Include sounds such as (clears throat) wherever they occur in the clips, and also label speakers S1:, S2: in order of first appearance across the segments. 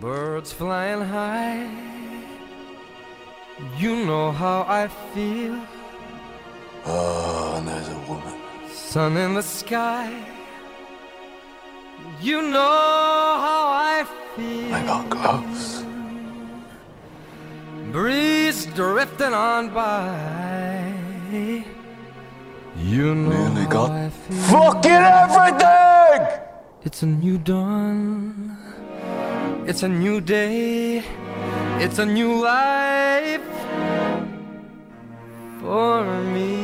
S1: Birds flying high. You know how I feel.
S2: Oh, and there's a woman.
S1: Sun in the sky. You know how I feel.
S2: I got close.
S1: Breeze drifting on by. You know
S2: Nearly
S1: how
S2: got
S1: I feel.
S2: Fucking everything!
S1: It's a new dawn. It's a new day. It's a new life for me.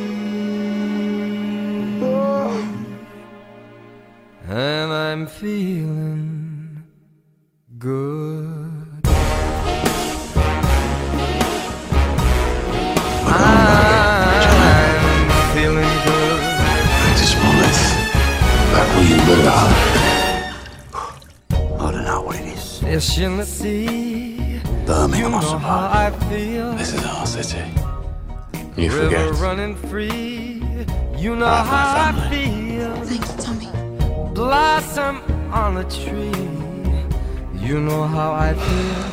S1: And I'm feeling good. I'm feeling good.
S2: I just wanted that we live out. I don't know what it is.
S1: Fish in the sea. You
S2: Birmingham or
S1: know how
S2: something.
S1: I feel.
S2: This is our city. You
S1: River
S2: forget.
S1: running free. You know
S2: That's my
S1: how I
S2: family.
S1: feel.
S3: Thank you, Tommy.
S1: Blossom on a tree. You know how I feel.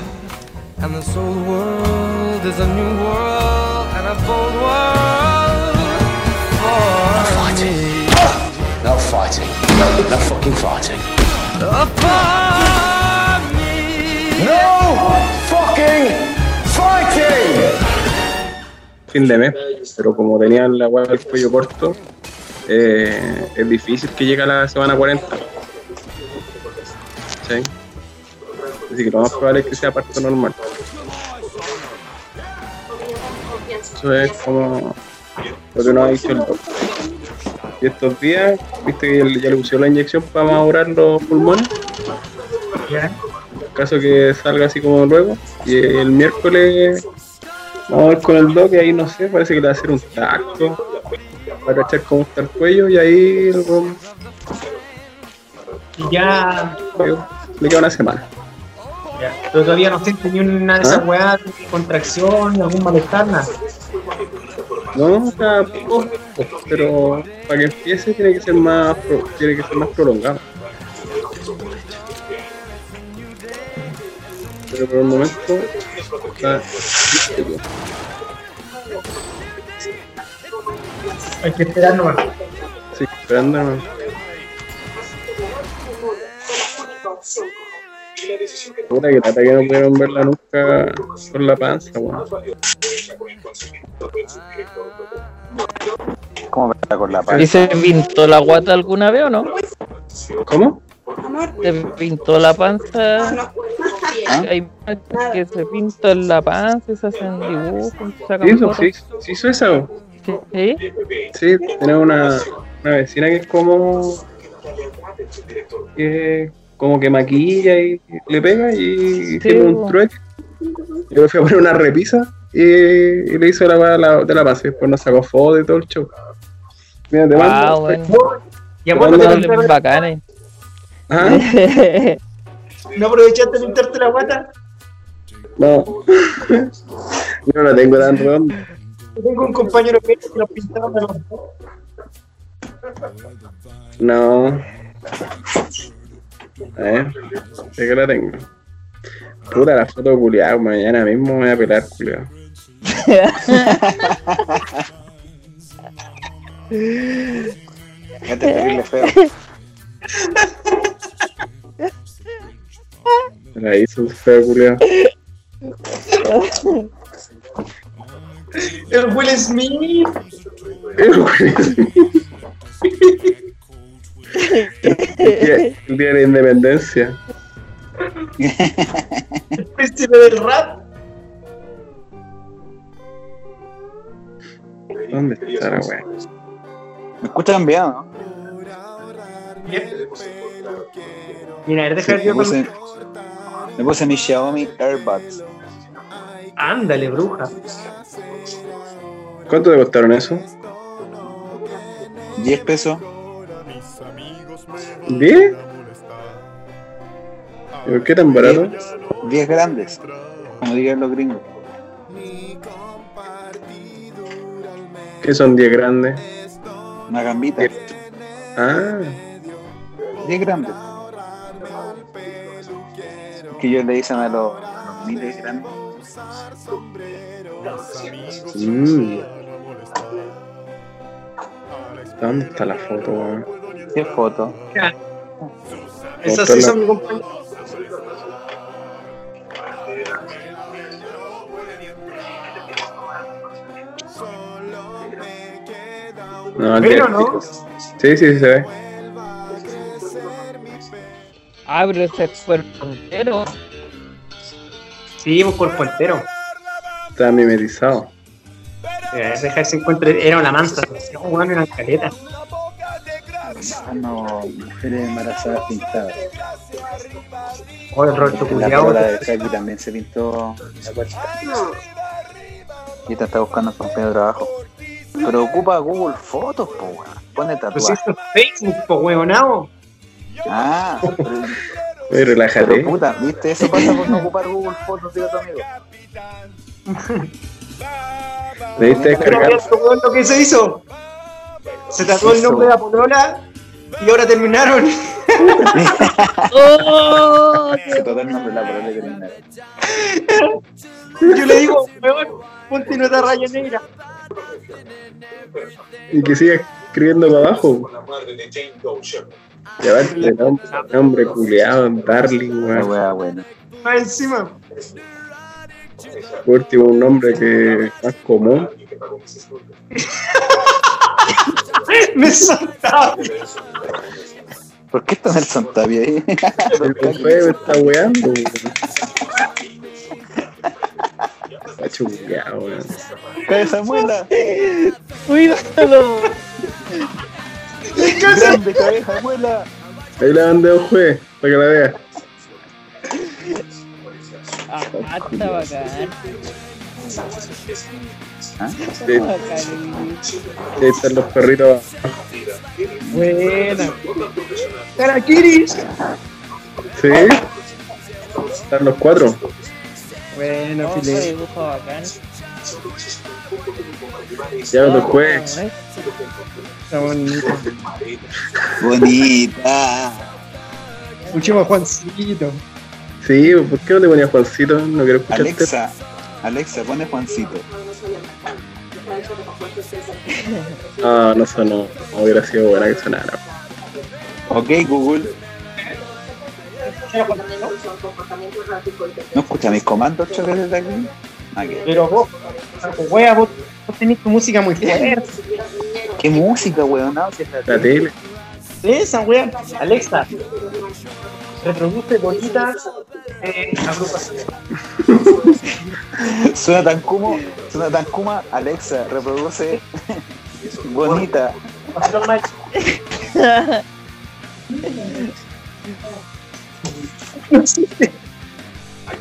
S1: And this old world is a new world and a bold world for me.
S2: No fighting. No, no fucking fighting.
S1: For me.
S2: No fucking fighting!
S4: fin de mes, pero como tenían la weá del cuello corto, eh, es difícil que llegue a la semana 40. ¿Sí? Así que lo más probable es que sea parto normal. Eso es como lo que nos ha dicho el doctor. Y estos días, viste que ya- ya le pusieron la inyección para madurar los pulmones. Caso que salga así como luego. Y el miércoles Vamos a ver con el doc y ahí no sé, parece que le va a hacer un tacto para echar cómo está el cuello y ahí el rom-
S5: Y ya,
S4: yo- le queda una semana.
S5: ya. Pero todavía no siento ni una de esas
S4: ¿Ah?
S5: weas de contracción, algún malestar, nada.
S4: No, está poco, pero para que empiece tiene que ser más pro- tiene que ser más prolongado. Pero por el momento está
S5: Hay que esperar nomás.
S4: sí, esperando. hermano. Puta que lata que no pudieron verla nunca con la panza, weón.
S2: ¿Cómo verla con la
S6: ¿Y se pintó la guata alguna vez o no?
S4: ¿Cómo?
S6: ¿Se pintó la panza?
S2: ¿Ah?
S6: Hay personas que se pintan la panza, se hacen dibujos, sacan
S4: Sí,
S6: fotos.
S4: sí, sí hizo eso.
S6: ¿Sí?
S4: Sí, tiene una, una vecina que es como. que como que maquilla y le pega y tiene un
S6: bo.
S4: trueque. Yo le fui a poner una repisa y, y le hizo la weá de la- de la panza. y Después nos sacó foto y todo el show. Mira, te mando.
S6: Ah, bueno.
S4: Pero
S5: Ya vos no,
S4: no-
S5: te-
S6: Son bacanes.
S4: Ajá,
S5: no aprovechaste de pintarte la guata.
S4: No. Yo no la tengo tan redonda.
S5: Tengo un compañero que se lo pintaron de los
S4: No. A ver, sé que la tengo. Puta, la foto culiada. Mañana mismo me voy a pelar, culiado.
S2: Es terrible feo.
S4: (laughs) La hizo un feo culiado.
S5: El Will Smith.
S4: el día, el día de la independencia.
S5: El príncipe del rap.
S4: ¿Dónde está la wea?
S2: Me escuchan bien, ¿no?
S5: Mira, a ver, deja
S2: Sí,
S5: el
S2: me,
S5: video
S2: puse,
S5: con...
S2: me puse mi Xiaomi AirBuds.
S5: Ándale, bruja.
S4: ¿Cuánto te costaron eso?
S2: 10 pesos.
S4: ¿10? ¿Y por qué tan barato?
S2: 10 grandes. Como dirían los gringos.
S4: ¿Qué son 10 grandes?
S2: Una gambita.
S4: Ah,
S2: 10 grandes. que ellos le dicen a los, a los miles grandes.
S4: Mm. Tanta la foto, weón.
S2: ¿Qué foto?
S5: Esas sí son mi compañero.
S4: No, el
S5: Bueno,
S4: de-
S5: ¿no?
S4: Sí, sí, sí, se ve.
S6: (laughs) Ah, pero ese fue el puntero.
S5: Sí, un cuerpo entero.
S4: Está mimetizado.
S5: Eh, Ese que se encuentra era una mansa. No, weón, eran caletas.
S2: Ah, no, mujeres embarazadas pintadas.
S5: Oh, el Roberto
S2: En la
S5: Culeado.
S2: bola de Kaki también se pintó la cuerda. Y esta está buscando un compañero de trabajo. Pero ocupa Google Fotos, po, weón. Pone
S5: Pues
S2: tatuaje.
S5: esto es Facebook, po, weonao.
S2: Ah, pero,
S4: Oye,
S2: pero
S4: relájate.
S2: puta, ¿viste? Eso pasa por no ocupar Google Fotos, digo tu amigo.
S4: Debiste
S5: Pero
S4: descargar.
S5: mira, este weón lo que se hizo. Se tatuó el
S2: Eso.
S5: nombre de la polola y ahora (laughs) terminaron.
S6: ¡Oh!
S2: Se trató el nombre de la palabra que tenía.
S5: Yo le digo, weón, ponte nota raya negra.
S4: Y que siga escribiendo para abajo. Llevarte el nombre, nombre culeado en Darling,
S2: La
S4: weón.
S2: wea buena.
S5: Más encima.
S4: Por último, un nombre que es más común.
S5: Me saltaba.
S2: ¿Por qué está Nelson Tapia ahí?
S4: El compadre me está weando, weón. Pacho culeado, weón.
S2: (laughs) ¡Cabeza muela!
S6: ¡Cuídalo!
S2: ¡Grande cabeza muela!
S4: Ahí la mandé a un juez, para que la vea.
S6: Ah, está bacán.
S2: ¿Ah?
S4: Sí,
S6: Bacán.
S4: ahí están los perritos.
S5: Buena. Karakiri.
S4: Sí. Están los cuatro.
S5: Bueno,
S6: Otro
S5: filete.
S6: dibujo bacán.
S4: Ya los juez.
S5: Está bonito.
S2: (laughs) ¡Bonita!
S5: Escuchemos a Juancito.
S4: Sí, ¿por qué no te ponías Juancito? No quiero escucharte.
S2: Alexa, Alexa, pone Juancito.
S4: Ah, no sonó. Hubiera sido buena que sonara.
S2: Ok, Google. ¿No escucha mis comandos choques desde aquí? Ah, ¿qué?
S5: Pero vos, wea, vos, vos tenés tu música muy fuerte. (laughs)
S2: ¿Qué música, weón? No, si es la
S4: La
S2: tele.
S4: tele.
S5: Esa wea. Alexa. Reproduce bonita eh, agrupación.
S2: Suena tan como, suena tan kuma. Alexa, reproduce. (laughs) Bonita.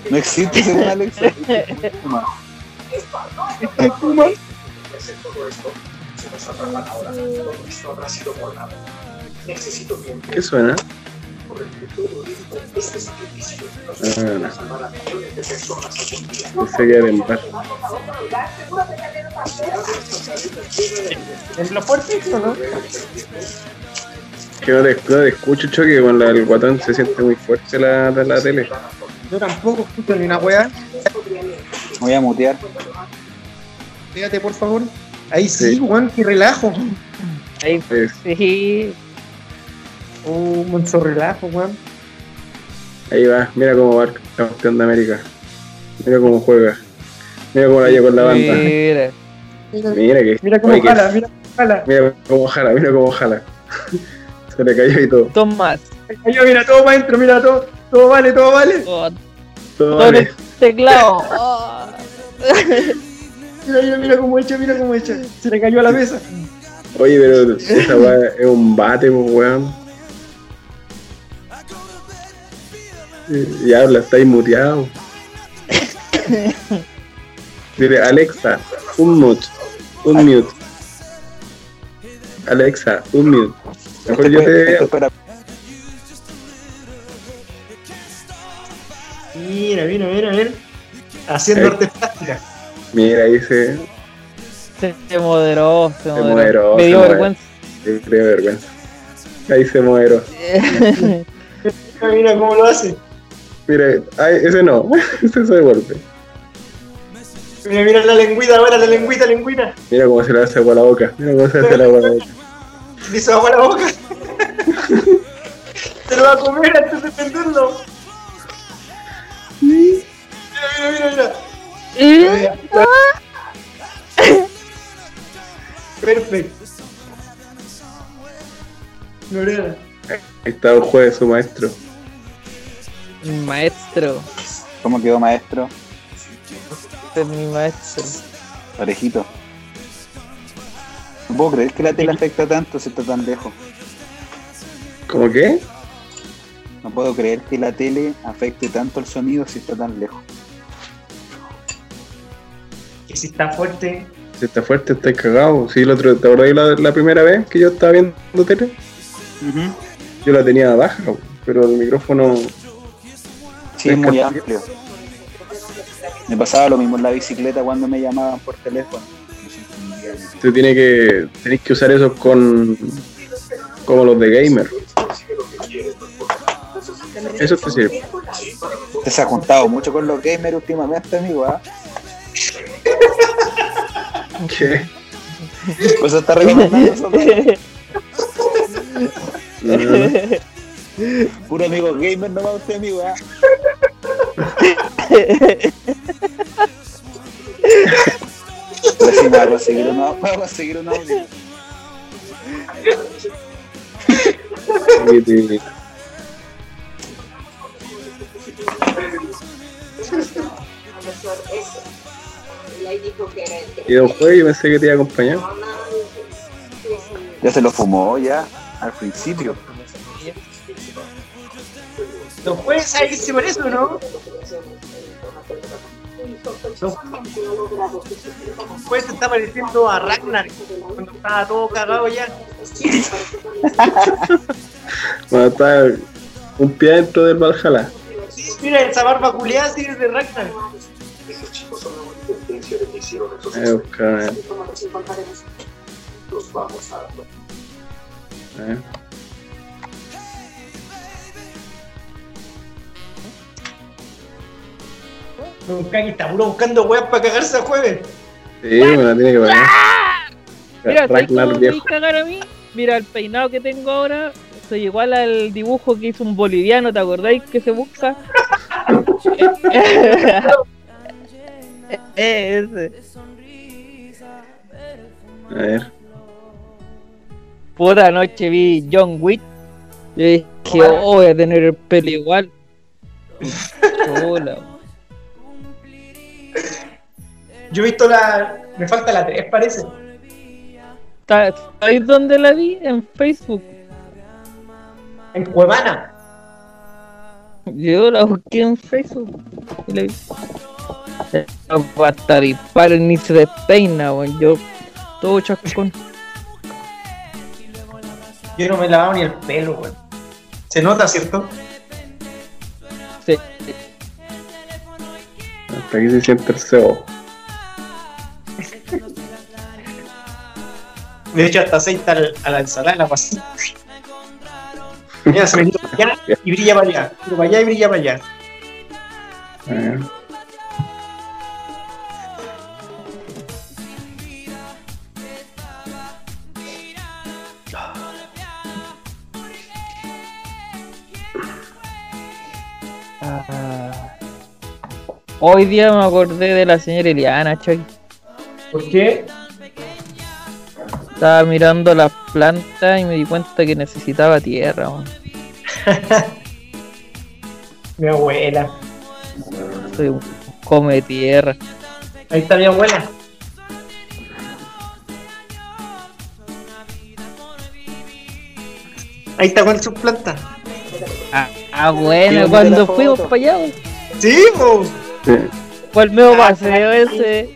S2: No existe según Alexa. Kuma.
S4: ¿Qué suena? Ah, no. Pensé que era en bar.
S5: ¿En lo fuerte o no?
S4: Que no te, no te escucho, choque. Con la, el guatón se siente muy fuerte la, la, la tele.
S5: Yo tampoco escucho ni una wea.
S2: Voy a mutear.
S5: Pégate, por favor. Ahí sí,
S4: Sí.
S5: Juan, que relajo.
S6: Ahí,
S4: Es-
S6: sí.
S5: Oh, mucho relajo, Juan.
S4: ahí va. Mira cómo va el campeón de América. Mira cómo juega. Mira cómo la lleva con la banda.
S6: Mira.
S4: Mira que.
S5: Mira cómo
S4: oye, que-
S5: jala, mira cómo jala.
S4: Mira cómo jala, mira cómo jala. (laughs) Se le cayó y todo.
S6: Tomás.
S5: Cayó, mira, todo para adentro, mira, todo, todo vale, todo vale.
S6: Oh,
S4: Todo
S6: Todo
S4: vale.
S6: el teclado. Oh.
S5: Mira, mira, mira cómo echa, mira cómo echa. Se le cayó a la mesa.
S4: Oye, pero esa weá es un bate, pues, weón. Eh, Ya habla, estáis muteado. Dile, Alexa, un mute. Un mute. Alexa, un mute. Mejor yo te.
S2: Esto espera.
S5: Mira, mira, mira, mira. Haciendo
S4: Ahí.
S5: arte plástica.
S4: Mira, dice.
S6: Se se moderó, se moderó.
S4: moderó,
S6: Me
S4: se
S6: dio
S4: moderó.
S6: vergüenza.
S4: Te creo vergüenza. Ahí se moderó.
S5: Mira, mira cómo lo hace.
S4: Mira, ay, ese no, (laughs) ese se devuelve.
S5: Mira, mira la lengüita ahora, la lengüita, lengüita.
S4: Mira cómo se le hace agua a la boca. Mira cómo se le hace el agua a la boca.
S5: Le hizo agua a la boca. (laughs) Se lo va a comer antes de venderlo. Mira, mira, mira,
S6: ¿Eh?
S5: mira. Perfecto. Lorena.
S4: Ahí está un juez, su maestro.
S6: Maestro.
S2: ¿Cómo quedó maestro?
S6: Este es mi maestro.
S2: Parejito. No puedo creer que la tela afecta tanto si está tan lejos.
S4: ¿Cómo qué?
S2: No puedo creer que la tele afecte tanto el sonido si está tan lejos.
S5: Que si está fuerte.
S4: Si está fuerte, está cagado. Sí, el otro, ¿te acordás la, la primera vez que yo estaba viendo tele? Yo la tenía baja, pero el micrófono.
S2: Sí,
S4: Es
S2: es muy
S4: que-
S2: amplio. Me pasaba lo mismo en la bicicleta cuando me llamaban por teléfono.
S4: Te tiene que. Tenés que usar eso con. Como los de gamer. Eso te sirve.
S2: Te se ha juntado mucho con los gamers últimamente, amigo. ¿ah?
S4: ¿Qué?
S2: Pues está recomendando (laughs) eso, pero
S4: (laughs) No, no, no.
S2: Puro amigo gamer no va usted, amigo. (laughs) ¿ah? Pero sí, me va a conseguir un au- (laughs) me va a conseguir un audio.
S4: Sí, sí. Y don juez, yo pensé que te iba a acompañar.
S2: Ya se lo fumó ya al principio.
S5: Los jueces ahí se por eso, ¿no? Los los jueces está pareciendo a Ragnar cuando estaba todo cagado ya.
S4: Bueno, está un pie dentro del Valhalla.
S5: Sí, mira esa barba culiada, sí es de Ragnar.
S4: Eh, busca, eh, eh.
S5: Don Kaki está puro buscando weas para cagarse a jueves.
S4: Sí, me la tiene que pagar.
S6: Mira, ¿sabes cómo
S4: Ragnar
S6: me
S4: viejo.
S6: voy a cagar a mí? Mira, el peinado que tengo ahora soy igual al dibujo que hizo un boliviano, ¿te acordáis? Que se busca. (laughs) Eh, ese.
S4: A ver.
S6: Puta noche vi John Wick. Yo dije, oh, voy a tener el pelo (laughs) igual. Hola.
S5: Yo he visto la. Me falta la 3, parece.
S6: ¿Sabéis dónde la vi? En Facebook.
S5: En Cuevana.
S6: Yo la busqué en Facebook. Y la vi. No, Hasta disparo ni se despeina, weón. Yo todo chascón.
S5: Yo no me he lavado ni el pelo, weón. Se nota, ¿cierto?
S6: Sí.
S4: Hasta aquí se siente el cebo.
S5: De hecho, hasta aceita al- a la ensalada, la pasita. Mira, se me quita para allá y brilla para allá. Pero para allá y brilla para allá.
S4: A ver.
S6: Ah. Hoy día me acordé de la señora Eliana, Choy.
S5: ¿Por qué?
S6: Estaba mirando las plantas y me di cuenta que necesitaba tierra. weón.
S5: Mi abuela.
S6: Soy un come tierra.
S5: Ahí está mi abuela. Ahí está con sus plantas.
S6: Ah, ah, bueno,
S2: Tío,
S6: cuando
S2: la foto.
S6: fuimos para allá, weón,
S5: Sí, po.
S4: Sí.
S6: fue el
S2: Ah,
S6: nuevo paseo ese.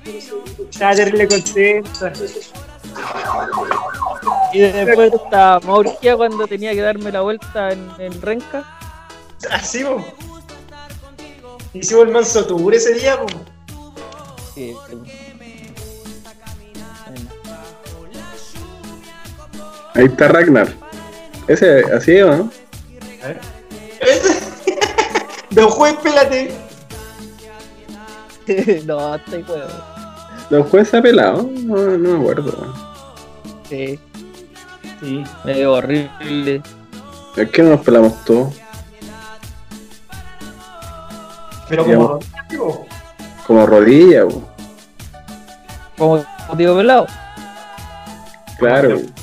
S5: Estaba terrible contenta.
S6: Y después estaba Maurgia cuando tenía que darme la vuelta en, en Renca.
S5: Así, po. Ah, Hicimos el manso tour ese día, po.
S6: Sí, sí.
S4: Ahí está Ragnar. Ese, así es, ¿no?
S5: Don Juan, pélate.
S6: (laughs) no, este estoy huevo.
S4: Don Juan se ha pelado, no, no me acuerdo. weón.
S6: Sí,
S5: Sí.
S6: medio horrible.
S4: Es que no nos pelamos todos,
S5: Pero como. Digo,
S4: como rodilla, weón.
S6: Como digo pelado.
S4: Claro. weón.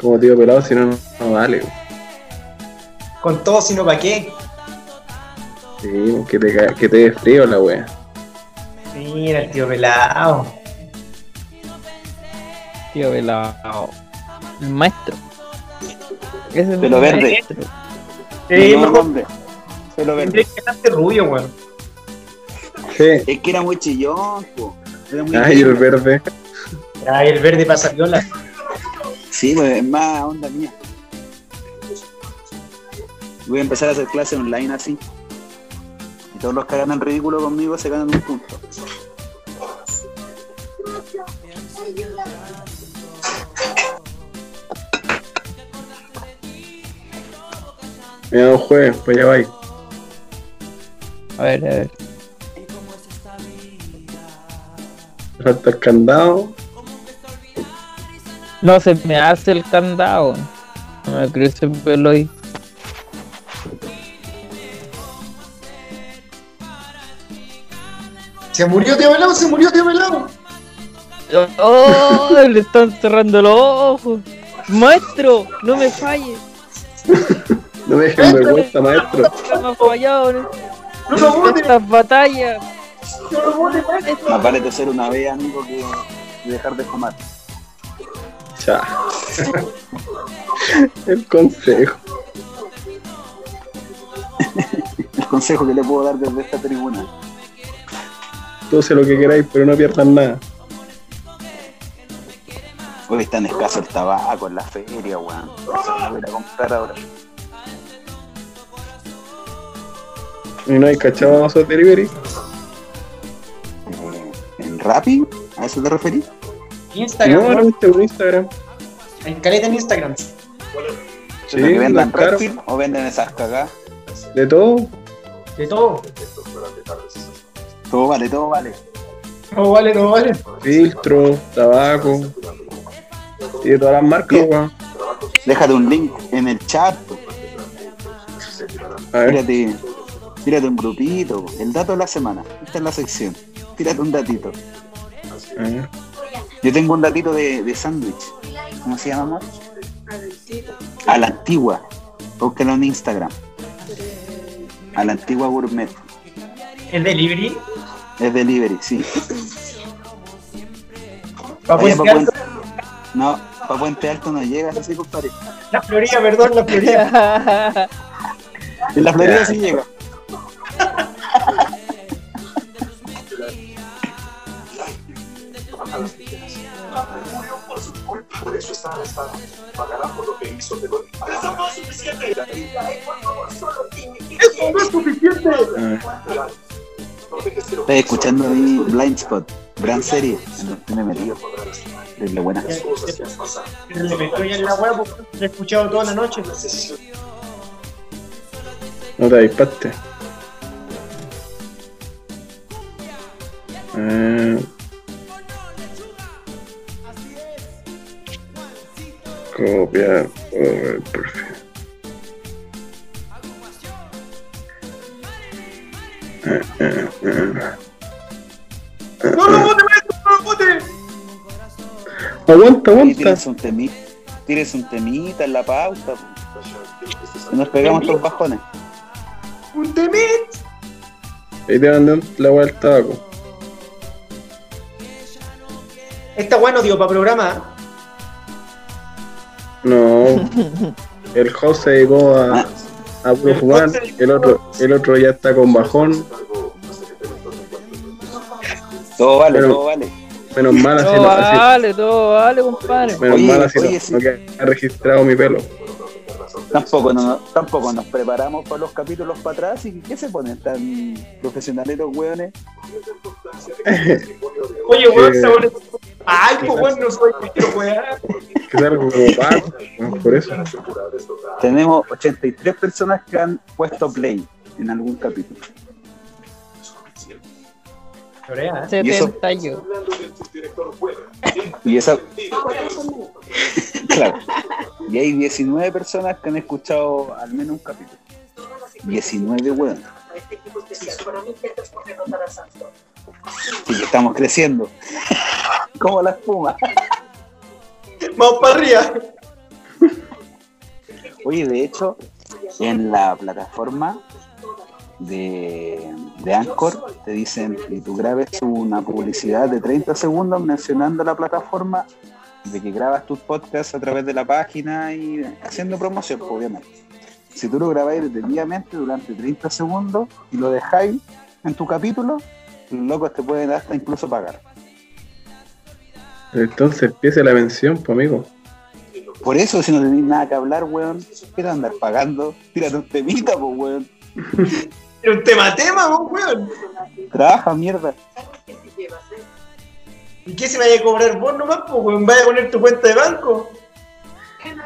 S4: Como tío pelado, si no, no no vale, weón.
S5: Con todo, sino para qué.
S4: Sí, weón, que te, ca- que te dé frío la wea.
S5: Mira, el tío pelado.
S6: Tío pelado. El maestro. Ese es
S2: Pelo
S6: el
S2: verde.
S6: maestro.
S5: Sí,
S2: no,
S5: mejor
S2: hombre. Pelo verde.
S5: tendré que quedarte rubio, weón.
S4: Sí.
S2: Es que era muy chillón, po. Era muy
S4: Ay, el verde.
S5: Ay, el verde pasa viola.
S2: Sí, pues es más onda mía. Voy a empezar a hacer clases online así. Y todos los que ganan ridículo conmigo se ganan un punto.
S4: Mira, no jueves, pues ya va. ahí.
S6: A ver, a ver.
S4: Falta el candado.
S6: No, se me hace el candado. No me crece el pelo ahí.
S5: Se murió tío pelado, se murió tío pelado.
S6: ¡Oh! Le están cerrando los ojos. Maestro, no me falle.
S4: No me dejen vergüenza, maestro.
S6: Nunca me ha fallado en
S5: No lo voten,
S6: estas batallas. (laughs)
S5: no lo voten, maestro.
S2: Más vale toser una vez, amigo, que que dejar de fumar.
S4: Chao. el consejo.
S2: El consejo que le puedo dar desde esta tribuna.
S4: Tú sé lo que queráis, pero no pierdan nada.
S2: Hoy es tan escaso el tabaco en la feria, weón. Por Eso me voy a ir a comprar ahora.
S4: Y no hay cachado a esos delivery.
S2: Eh, ¿En Rappi? ¿A eso te referís?
S5: Instagram,
S4: No,
S5: weón.
S4: no viste un Instagram.
S5: En caleta en Instagram.
S4: Sí,
S2: ¿Lo que venden
S4: tan
S2: en
S4: caro.
S2: Rappi o venden esas cagadas?
S4: De todo.
S5: De todo.
S2: Todo vale, todo vale.
S5: No vale, no vale.
S4: Filtro, tabaco. Y de todas las marcas,
S2: Bien.
S4: weón.
S2: Déjate un link en el chat. po.
S4: A ver,
S2: Tírate, tírate un grupito. po. El dato de la semana. Esta es la sección. Tírate un datito.
S4: a ver.
S2: Yo tengo un datito de, de sándwich. ¿Cómo se llama, amor? A la antigua. Búsquelo en Instagram. A la antigua gourmet.
S5: El delivery.
S2: Es delivery, sí.
S5: Pa'
S2: Oye,
S5: Puente
S2: pa'
S5: Alto.
S2: Puente- No, para Puente Alto no llegas así, compadre.
S5: La Florida, perdón, la
S6: (laughs)
S5: Florida.
S2: En la Florida
S4: Ya.
S2: sí llega.
S4: A ver.
S2: Estoy escuchando ahí Blind Spot. Gran serie. En donde tiene metido. Desde buena.
S5: Le meto ya en la web, lo he escuchado toda la noche.
S4: No te dispaste. Eh. Copiar por Oh, el perfil. Eh, eh, eh.
S5: ¡No lo vote, maestro! ¡No lo vote!
S4: Aguanta,
S2: Ahí
S4: aguanta.
S2: tienes un temita. Tienes un temita en la pauta. po. Nos pegamos los bajones.
S5: ¡Un temit!
S4: Ahí te mandé un- la weá del tabaco.
S5: Esta weá no dio para programa.
S2: (laughs)
S4: No. El host se dedicó a,
S2: Ah.
S4: a puro fumar. El otro, el otro ya está con bajón.
S2: Todo vale,
S4: Pero-
S2: todo vale.
S4: Menos mal (laughs) así,
S6: Todo
S4: no- así,
S6: vale, todo vale, compadre.
S4: Menos
S2: Ah. Oye,
S4: mal así
S2: oye,
S4: no,
S2: sí.
S4: no queda registrado mi pelo. (laughs)
S2: Tampoco, no- tampoco nos preparamos para los capítulos para atrás. ¿Y qué se ponen tan profesionales los hueones?
S5: Oye, weón,
S4: Eh.
S5: se volvió Ay, pues bueno, no soy negro, weá.
S4: Que es algo como pago, ¿no? por eso.
S2: Tenemos 83 personas que han puesto play en algún capítulo.
S5: Corea, ¿eh?
S6: 70 yo.
S2: Y esa. claro. Y hay 19 personas que han escuchado al menos un capítulo. 19 weón. Y que estamos creciendo. (laughs) Como la espuma.
S5: Vamos para arriba.
S2: Oye, de hecho, en la plataforma de, de Anchor te dicen que tú grabes una publicidad de 30 segundos mencionando la plataforma de que grabas tus podcasts a través de la página y haciendo promoción, pues, obviamente. Si tú lo grabáis detenidamente durante 30 segundos y lo dejáis en tu capítulo, los locos te pueden hasta incluso pagar.
S4: Entonces empiece la mención, pues amigo.
S2: Por eso, si no tenéis nada que hablar, weón, quiero andar pagando, tírate un temita, pues, weón.
S5: Era un tema tema, vos, weón.
S2: Trabaja, mierda.
S5: ¿Y qué se me vaya a cobrar vos nomás, pues, weón? Vaya a poner tu cuenta de banco.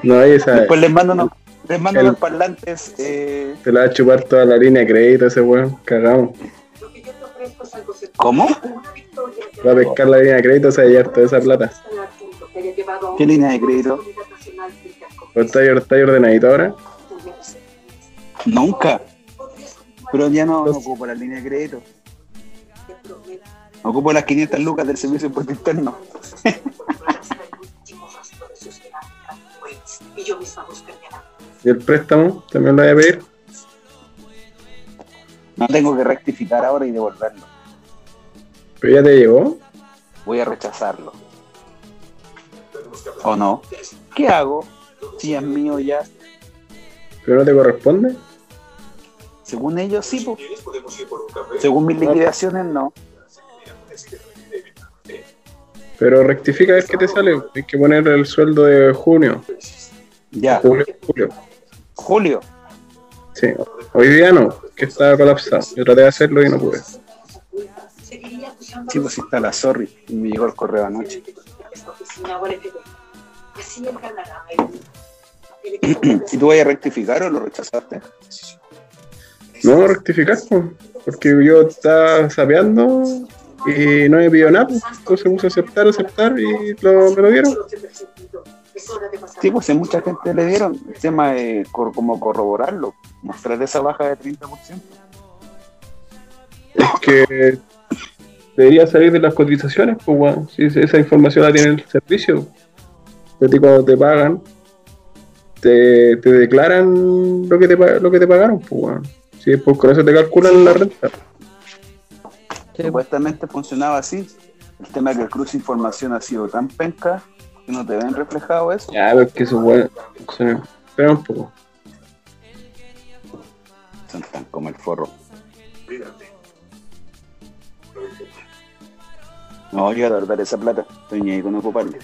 S4: No hay esa.
S2: Después Pues les mando unos, les mando
S4: El-
S2: unos parlantes. Eh,
S4: Te la va a chupar toda la línea de crédito ese weón. Cagamos.
S2: ¿Cómo?
S4: Va a pescar la línea de crédito, se va a llevar toda esa plata.
S2: ¿Qué línea de crédito?
S4: ¿O Pues está, está ordenadito ahora?
S2: Nunca. Pero ya no, no ocupo la línea de crédito. Ocupo las 500 lucas del servicio de impuesto interno.
S4: ¿Y el préstamo? ¿También lo voy a pedir?
S2: No tengo que rectificar ahora y devolverlo.
S4: ¿Pero ya te llegó?
S2: Voy a rechazarlo. ¿O no? ¿Qué hago? Si es mío ya.
S4: ¿Pero no te corresponde?
S2: Según ellos, sí. po. Según mis liquidaciones, no.
S4: Pero rectifica a ver qué te sale. Hay que poner el sueldo de junio.
S2: Ya.
S4: Julio, julio.
S2: Julio.
S4: Sí. Hoy día no, que estaba colapsado. Yo traté de hacerlo y no pude.
S2: Sí, pues sí está la sorry. Me llegó el correo anoche. ¿Y tú vas a rectificar o lo rechazaste?
S4: No, rectificar, po, porque yo estaba sapeando y no me pidió nada. po. Entonces puse aceptar, aceptar y lo, me lo dieron.
S2: Sí, pues a mucha gente le dieron. El tema es cor- como corroborarlo. Mostrar esa baja de 30%.
S4: Es que debería salir de las cotizaciones, pues, weón. Si es- esa información la tiene el servicio. A ti cuando te pagan, te, te declaran lo que te, pa- lo que te pagaron, pues, weón. Si es por con eso te calculan la renta.
S2: Supuestamente funcionaba así. El tema es que el cruce de información ha sido tan penca que no te ven reflejado eso.
S4: Ya, pero es que eso, weón. sí. Espera un poco.
S2: Son tan como el forro. No, yo voy a guardar esa plata. Estoy ni ahí con ocuparla.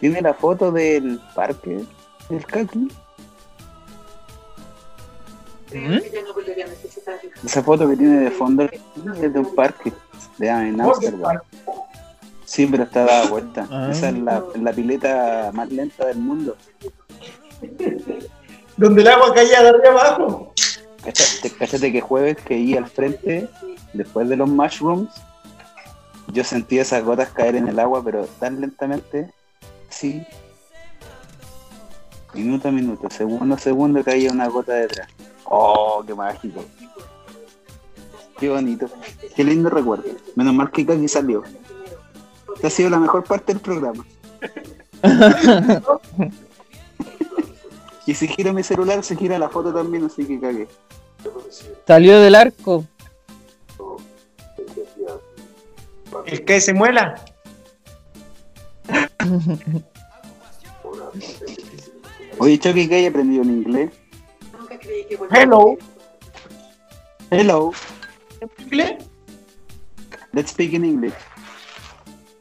S2: Tiene la foto del parque, del caqui. Esa foto que tiene de fondo es de un parque de en Ámsterdam. Sí, pero está dada vuelta.
S6: Ah.
S2: Esa es la, la pileta más lenta del mundo.
S5: Donde el agua caía de arriba abajo.
S2: Cáchate, cáchate que jueves que ahí al frente, después de los mushrooms, yo sentí esas gotas caer en el agua, pero tan lentamente, sí. Minuto a minuto, segundo a segundo caía una gota detrás. Oh, qué mágico. Qué bonito. Qué lindo recuerdo. Menos mal que Kaki salió. Esta ha sido la mejor parte del programa. y si gira mi celular, se gira la foto también, así que cagué.
S6: Salió del arco.
S5: El que se muela.
S2: Oye, Chucky, ¿qué hay aprendido en inglés?
S5: Hello.
S2: Hello,
S5: ¿Inglés?
S2: let's speak in English.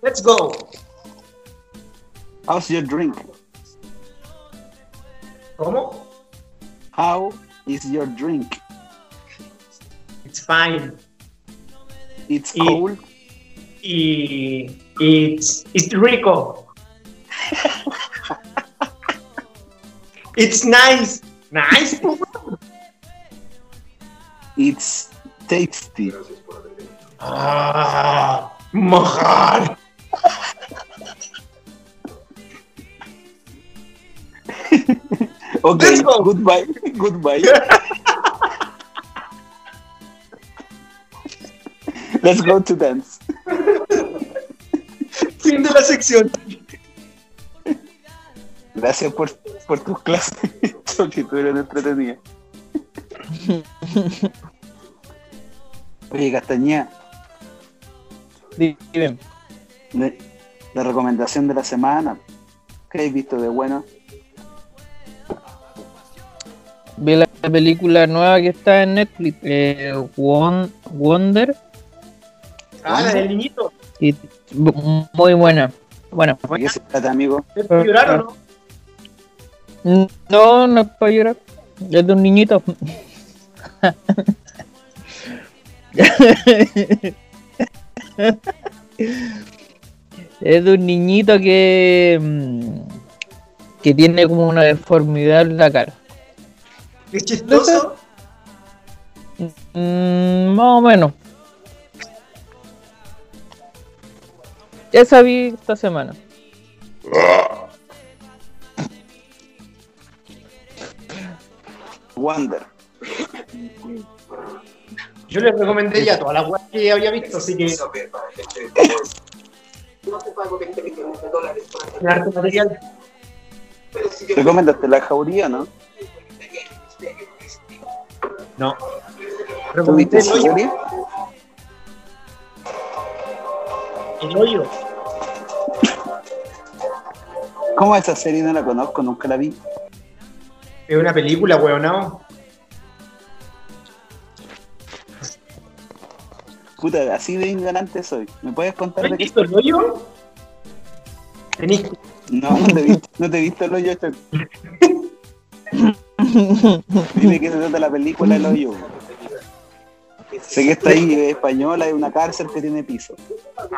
S5: Let's go.
S2: How's your drink?
S5: ¿Cómo?
S2: How Is your drink?
S5: It's fine.
S2: It's
S5: Y-
S2: cold.
S5: Y. It's, it's (laughs) rico. it's nice. Nice, po, weón.
S2: It's tasty.
S5: Ah, mojar.
S2: Okay,
S5: Let's go.
S2: goodbye. (laughs) Goodbye. Let's go to dance.
S5: Fin de la sección.
S2: Gracias por, por tus clases. (laughs) Porque estuvieron
S5: (laughs)
S2: entretenidas. Oye, Castañeda,
S6: Dime.
S2: de- la recomendación de la semana. ¿Qué habéis visto de bueno?
S6: Vi la película nueva que está en Netflix, eh, Won- Wonder,
S5: Ah, la del niñito.
S6: y bu- muy buena. Bueno,
S2: ¿De qué se trata, amigo?
S5: ¿Es para llorar o no?
S6: no, no es para llorar. Es de un niñito. es de un niñito que. mm, que tiene como una deformidad en la cara.
S5: Es chistoso.
S6: Mm, más o menos. Esa vi esta semana.
S2: Wonder.
S5: Yo les recomendé ya todas las weas que había visto, así que. En arte material.
S2: Recomendaste la jauría, ¿no?
S5: No.
S2: ¿Tú
S5: Recomendé
S2: viste
S5: el
S2: esa
S5: hoyo.
S2: serie?
S5: El hoyo.
S2: ¿Cómo esa serie no la conozco? Nunca la vi.
S5: Es una película, weón, ¿no?
S2: Puta, así de ignorante soy. ¿Me puedes contar de
S5: ¿Has
S2: qué?
S5: visto el hoyo? Tenís que-
S2: No, no te he visto, no te he visto el hoyo. este. Choc. Dime que se trata la película El hoyo. Sé que está ahí es española, es una cárcel que tiene piso.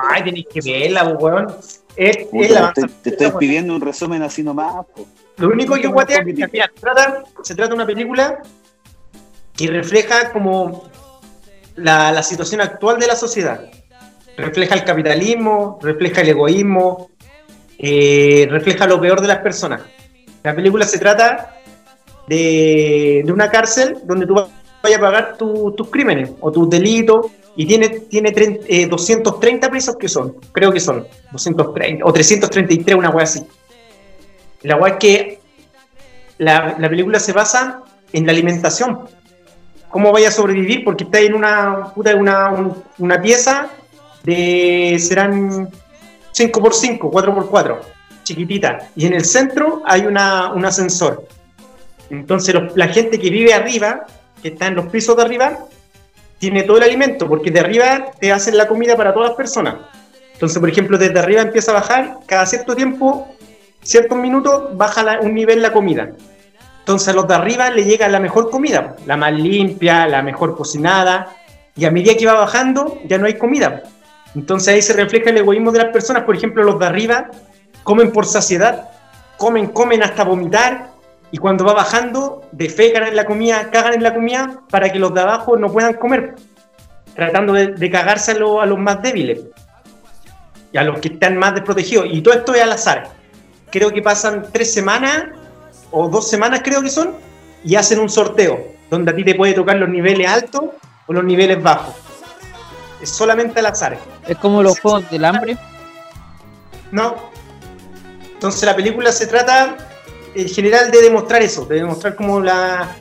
S5: Ay, tenéis que verla, pues, weón. Es, es
S2: Puta,
S5: la pues.
S2: te, te estoy pidiendo un resumen así nomás. po.
S5: Lo único que
S2: Un
S5: guatea es
S2: poquitito.
S5: que mira, se trata, se trata de una película que refleja como la, la situación actual de la sociedad. Refleja el capitalismo, refleja el egoísmo, eh, refleja lo peor de las personas. La película se trata de, de una cárcel donde tú vas a pagar tu- tus crímenes o tus delitos y tiene, tiene tre- eh, 230 pesos que son, creo que son 230 o 333, una wea así. La weá es que la, la película se basa en la alimentación. ¿Cómo vaya a sobrevivir? Porque está en una puta, una, un- una pieza de. serán 5x5, 4x4, chiquitita. Y en el centro hay una, un ascensor. Entonces, los- la gente que vive arriba, que está en los pisos de arriba, tiene todo el alimento, porque de arriba te hacen la comida para todas las personas. Entonces, por ejemplo, desde arriba empieza a bajar, cada cierto tiempo ciertos minutos baja la- un nivel la comida. Entonces a los de arriba le llega la mejor comida, la más limpia, la mejor cocinada, y a medida que va bajando ya no hay comida. Entonces ahí se refleja el egoísmo de las personas, por ejemplo los de arriba comen por saciedad, comen, comen hasta vomitar, y cuando va bajando defecan en la comida, cagan en la comida para que los de abajo no puedan comer, tratando de, de cagarse a lo- a los más débiles y a los que están más desprotegidos. Y todo esto es al azar creo que pasan tres semanas o dos semanas creo que son y hacen un sorteo donde a ti te puede tocar los niveles altos o los niveles bajos. Es solamente al azar,
S6: Es como los juegos del hambre.
S5: ¿no? Entonces la película se trata en general de demostrar eso, de demostrar como la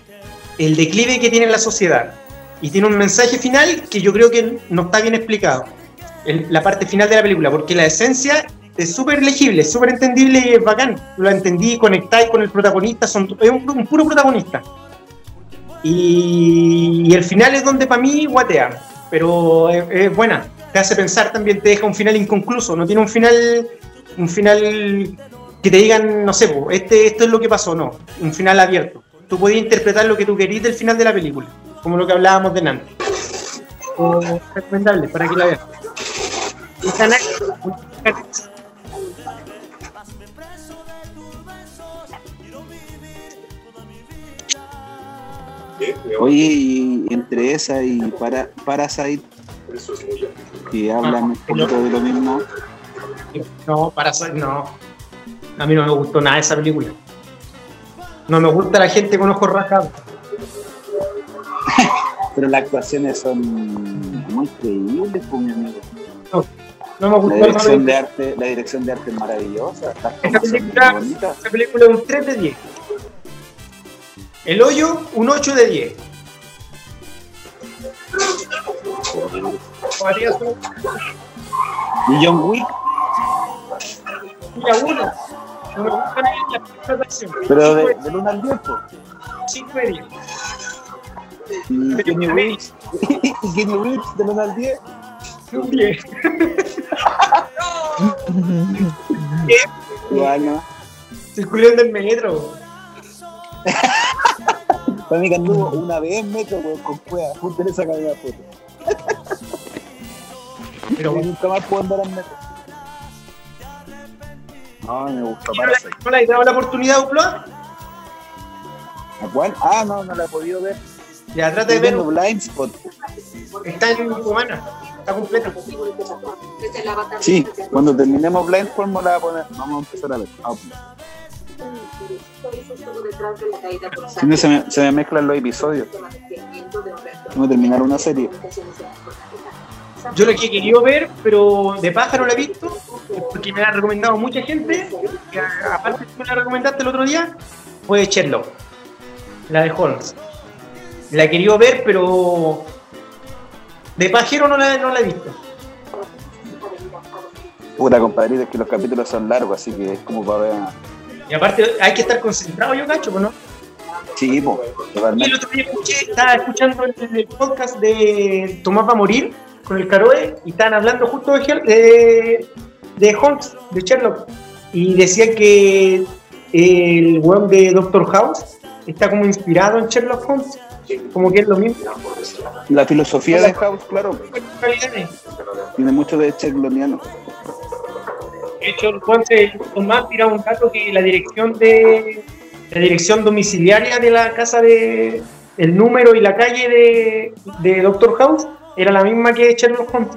S5: el declive que tiene la sociedad y tiene un mensaje final que yo creo que no está bien explicado. El- la parte final de la película, porque la esencia es súper legible, súper entendible y es bacán. Lo entendí, conectáis con el protagonista, son, es un, un puro protagonista. Y, y el final es donde para mí guatea, pero es, es buena. Te hace pensar también, te deja un final inconcluso, no tiene un final un final que te digan, no sé, po, este, esto es lo que pasó, no, un final abierto. tú podías interpretar lo que tú querías del final de la película, como lo que hablábamos de Nantes. O recomendable para que la veas. Un canal- un canal-
S2: Oye, y entre esa y para, Parasite, que hablan
S5: Ah,
S2: un poquito de lo mismo,
S5: No, para ser- no. A mí no me gustó nada esa película. No me gusta la gente con ojos rasgados.
S2: pero las actuaciones son muy creíbles, pues, mi amigo.
S5: No me
S2: La
S5: gustó esa
S2: dirección de
S5: película.
S2: arte, la dirección de arte es maravillosa, las
S5: Esa
S2: tomas son muy
S5: película,
S2: bonitas.
S5: esa película es un 3 de 10. El hoyo, un 8 de 10. Podría ser
S2: Y John Wick,
S5: una uno. No me gustan las películas de acción.
S2: pero de,
S5: 5
S2: de luna al 10, pues.
S5: de 10.
S2: Y
S5: Pero
S2: Kenny
S5: una
S2: Reeves, y Kenny Reeves de luna al 10.
S5: Un 10.
S2: Bueno,
S5: Circulando en metro.
S2: para mí que anduvo una vez en metro, weón, con cueva, justo en esa cabeza foto.
S5: Pero
S2: Y nunca más puedo andar en metro. No, me gustó
S5: ¿no
S2: Parasite.
S5: la- ¿no le has dado la oportunidad, Upload?
S2: ¿A cuál? Ah, no, no la he podido ver.
S5: Ya trata de
S2: Estoy
S5: ver.
S2: viendo Blind Spot.
S5: Está en Cubana. Está completa.
S2: Sí, cuando terminemos Blind Spot me la voy a poner. Vamos a empezar a ver. Ah, pues. Si no, se me, se me mezclan los episodios. Vamos a terminar una serie.
S5: Yo la que he querido ver, pero de paja no la he visto, porque me la ha recomendado mucha gente. que a- aparte tú me la recomendaste el otro día, fue Sherlock, la de Holmes. La he querido ver, pero de pajero no la, no la he visto.
S2: Puta, compadrito, es que los capítulos son largos, así que es como para ver.
S5: Y aparte hay que estar concentrado, yo cacho, ¿no?
S2: Sí, po,
S5: Y el
S2: totalmente.
S5: otro día escuché, estaba escuchando el, el podcast de Tomás va a morir con el Caroe y estaban hablando justo de, Hel- de, de Holmes, de Sherlock. Y decía que el web de Doctor House está como inspirado en Sherlock Holmes. Como que es lo mismo.
S2: La filosofía de House, claro,
S5: De
S2: tiene mucho de chegloniano.
S5: hecho, entonces Tomás tiraba un dato que la dirección de la dirección domiciliaria de la casa de el número y la calle de, de Doctor House era la misma que Sherlock Holmes.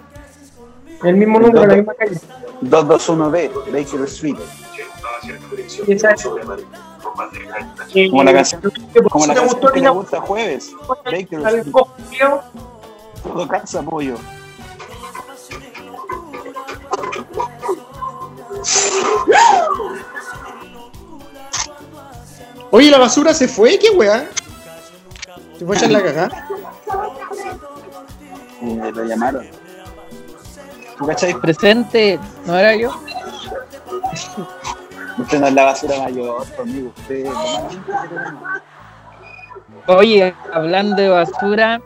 S5: El mismo número, la misma calle.
S2: 221B, Baker Street.
S5: Y esa es- Eh,
S2: Como la canción-
S5: que por
S2: Como
S5: si
S2: la
S5: te
S2: canción
S5: gustó,
S2: que le
S5: diga,
S2: gusta jueves. Baker
S5: al
S2: Street,
S5: cojo, tío.
S2: todo cansa, pollo.
S3: Oye, la basura se fue, qué weá. Se fue a echar la cagada.
S2: Eh, lo llamaron. ¿Tú cachai?
S6: Presente, ¿no era yo?
S2: Usted no es la basura mayor, amigo. Usted es lo más limpio que tenemos.
S6: Oye, hablando de basura,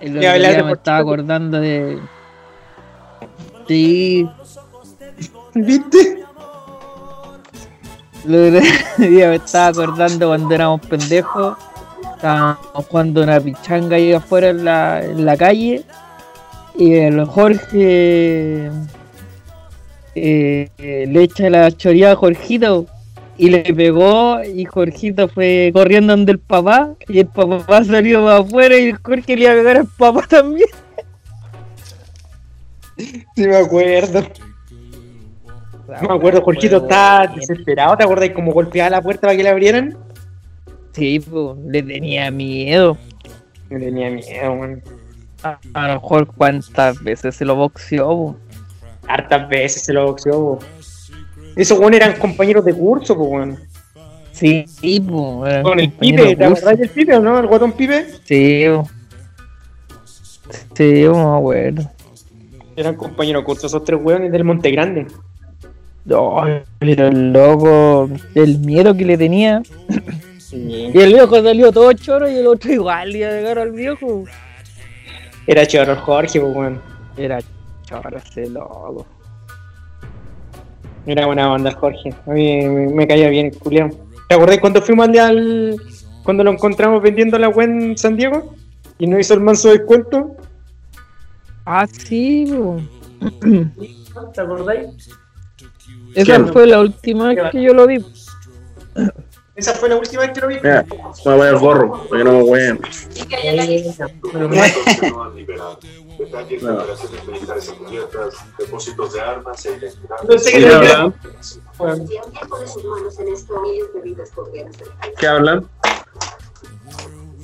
S6: el otro
S5: hablar de
S6: día me
S5: por-
S6: estaba acordando de. Sí,
S3: ¿Viste?
S6: el otro (laughs) día me estaba acordando cuando éramos pendejos, estábamos jugando una pichanga ahí afuera en la, en la calle, y el Jorge eh, le echa la choría a Jorgito. Y le pegó y Jorgito fue corriendo donde el papá y el papá salió para afuera y el Jorge le iba a pegar al papá también.
S3: Sí, me acuerdo.
S5: No me acuerdo, Jorgito
S6: Ah,
S5: está desesperado. ¿Te acuerdas cómo golpeaba la puerta para que la abrieran?
S6: Sí, po, le tenía miedo.
S5: Yo tenía miedo, weón.
S6: A, a lo mejor cuántas veces se lo boxeó. po.
S5: Hartas veces se lo boxeó. po. Esos weón eran compañeros de curso, pues weón.
S6: Sí, po, era
S5: Con el
S6: ¿Eh? compañero
S5: pibe, ¿te
S6: curso.
S5: acordás del pibe o no? El guatón pibe.
S6: Sí, po. Sí, po, me acuerdo.
S5: Eran compañeros de curso, esos tres weones del Monte Grande.
S6: No, pero el loco, el miedo que le tenía. Y el viejo salió todo choro y el otro (laughs) igual, y agarró al viejo.
S5: Era chévere el Jorge, pues weón.
S6: Era choro ese loco.
S5: Era buena onda el Jorge. A mí me, me caía bien el culiao. ¿Te acordáis cuando fuimos al, al- cuando lo encontramos vendiendo la web en San Diego? Y nos hizo el manso descuento.
S6: Ah, sí,
S5: (clears throat)
S6: po.
S5: ¿Te acordáis?
S6: Esa
S4: Claro.
S6: fue la última vez que yo lo
S5: (laughs)
S6: vi.
S5: Esa fue la última vez que lo vi.
S4: Mira, me voy a poner el gorro, para que no me hueven.
S7: Detalles de
S4: No.
S7: operaciones militares encubiertas, depósitos de armas e identidad.
S5: No sé
S4: ¿Qué hablan?
S5: Bueno,
S4: ¿Qué hablan?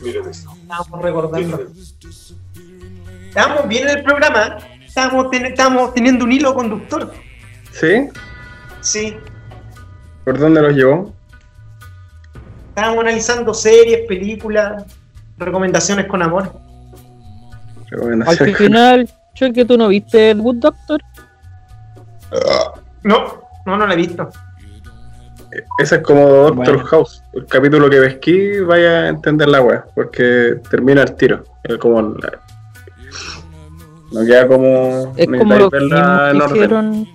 S7: Miren esto.
S5: estábamos recordando. Estábamos bien en el programa. Estábamos, ten- estábamos teniendo un hilo conductor.
S4: ¿Sí?
S5: Sí.
S4: ¿Por dónde los llevó?
S5: Estábamos analizando series, películas, recomendaciones con amor.
S6: Al
S4: Recomendación.
S6: final, yo que tú no viste el Good Doctor.
S5: No, no, no la he visto.
S4: Esa es como Doctor
S2: Bueno.
S4: House. El capítulo que pesquí, vaya a entender la wea, porque termina el tiro. Es como la- No queda como.
S6: Es como
S4: necesitáis
S6: lo que hicieron.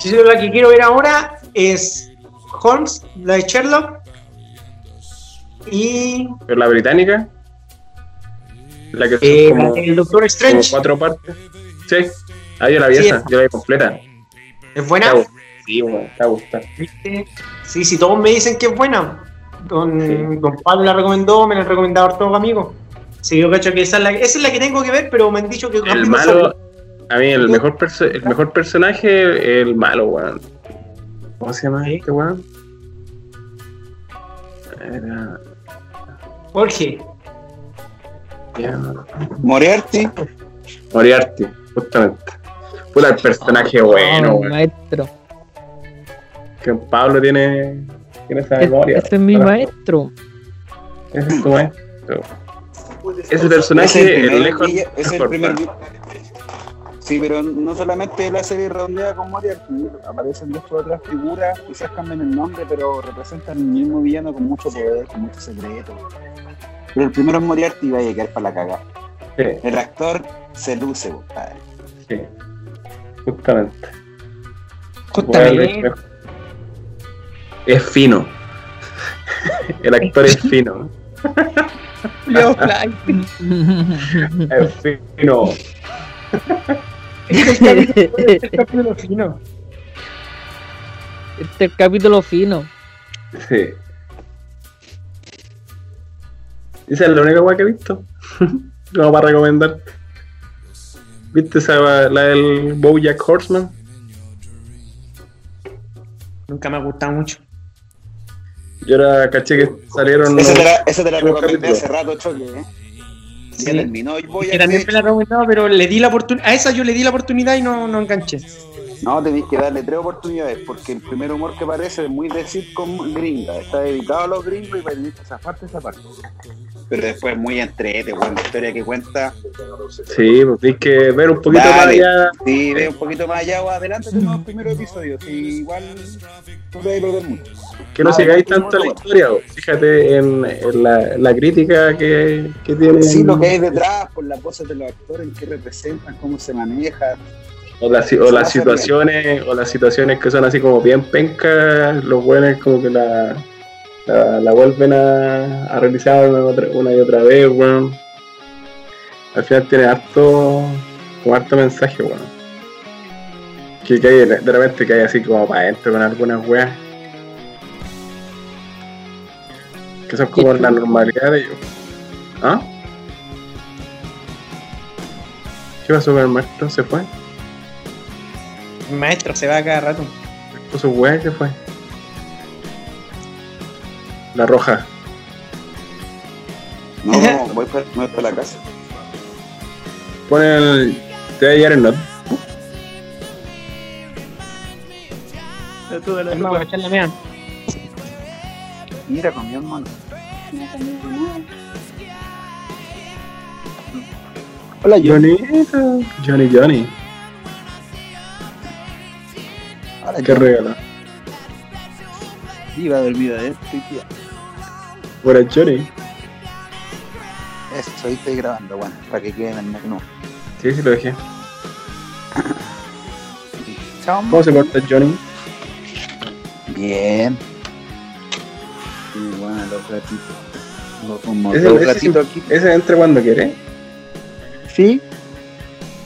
S5: Si yo la que quiero ver ahora es Holmes, la de Sherlock. Y
S4: Pero la británica. La que son
S5: eh,
S4: como,
S5: el Doctor
S4: como
S5: Strange.
S4: cuatro partes. Sí. Ah, yo la vi
S5: Sí,
S4: esa,
S5: esa.
S4: yo la vi completa.
S5: ¿Es
S4: Te va
S5: buena?
S4: a gustar. Sí, bueno, te va a gustar.
S5: Sí, sí, todos me dicen que es buena. Don,
S4: Sí.
S5: don Pablo la recomendó, me la han recomendado hartos amigos. Sí, yo cacho que esa es, la, esa es la que tengo que ver, pero me han dicho que
S4: El malo, a mí el mejor, perso- el mejor personaje, el malo, weón. ¿Cómo se llama este weón? Era-
S5: Jorge.
S4: ya,
S2: Moriarty,
S4: Moriarty, justamente. Puta, el personaje bueno,
S6: Oh, No,
S4: weón.
S6: maestro.
S4: Que Pablo tiene, tiene esa memoria.
S6: Este es mi
S4: Ahora,
S6: maestro.
S4: Ese es tu maestro. Ese
S2: es el
S4: personaje, el
S2: primer
S4: lejos.
S2: villa- es el
S4: mejor,
S2: primer
S4: weón.
S2: vi- Sí, pero no solamente la serie redondea con Moriarty, aparecen después otras figuras, quizás cambian el nombre, pero representan el mismo villano con mucho poder, con mucho secreto. Pero el primero es Moriarty y va a llegar para la cagada.
S4: Sí,
S2: El actor se luce, compadre.
S4: sí. Justamente.
S6: Justamente.
S4: Weón, es- Es fino. (laughs) El actor es fino. ¿no? (laughs)
S3: Leo Fly.
S4: Es fino.
S6: este
S5: capítulo fino.
S6: Este es el capítulo fino.
S4: Sí. Esa es la única weá que he visto. (laughs) Como para recomendar. ¿Viste esa la del Bojack Horseman?
S5: Nunca me ha gustado mucho.
S4: Yo ahora caché que salieron unos-
S2: Esa te la, esa te la
S4: no,
S2: recomendé
S4: capítulo.
S2: hace rato, Choque, ¿eh? Ya
S5: Sí.
S2: terminó y voy
S5: que también me la he recomendado, pero le di la oportunidad. A esa yo le di la oportunidad y no, no enganché.
S2: No, tenéis que darle tres oportunidades, porque el primer humor que aparece es muy de sitcom gringa. Está dedicado a los gringos y para tener esa parte, esa parte. Pero después es muy entrete, weón. La historia que cuenta.
S4: Sí, pues tienes que ver un poquito más
S2: Dale.
S4: allá.
S2: Sí, ve un poquito más allá, weón. adelante de los primeros episodios. y igual no te vais a perder mucho.
S4: Que no
S2: Ah,
S4: sigáis
S2: bueno,
S4: tanto la
S2: bueno.
S4: historia. pues. Fíjate en, en la, la crítica que, que tiene.
S2: Sí, lo que hay detrás, por las voces de los actores, en qué representan, cómo se maneja.
S4: O, las- o las situaciones, o las situaciones que son así como bien pencas, los buenos como que la, la, la vuelven a, a realizar una, otra- una y otra vez, weón. Al final tiene harto, como harto mensaje, weón. Que, que hay, de de repente que hay así como para adentro con algunas weas. Que son como la normalidad de ellos. ¿Ah? ¿Qué pasó con el maestro? ¿Se fue?
S5: El maestro se va cada rato.
S4: Pues su weá que fue. La roja.
S2: (laughs) No, no, voy para, voy para la casa.
S4: Pon el. Te va a llegar el not.
S5: Es más, voy a echar la mea.
S2: Mira, con mi hermano. Ah,
S4: Hola, Johnny. Johnny, Johnny.
S2: Ahora
S4: Qué regalo.
S2: iba dormida, ¿eh? Estoy, tío.
S4: Fuera Johnny.
S2: Eso, ahí estoy grabando, bueno, para que quede en el menú.
S4: Sí, sí, lo dejé.
S2: Chao,
S4: ¿Cómo se corta Johnny?
S2: Bien. Y bueno, los gatitos. Los, como
S4: Ese,
S2: dos
S4: ese
S2: gatitos
S4: sí-
S2: aquí.
S4: ese entra cuando quiere.
S2: Sí.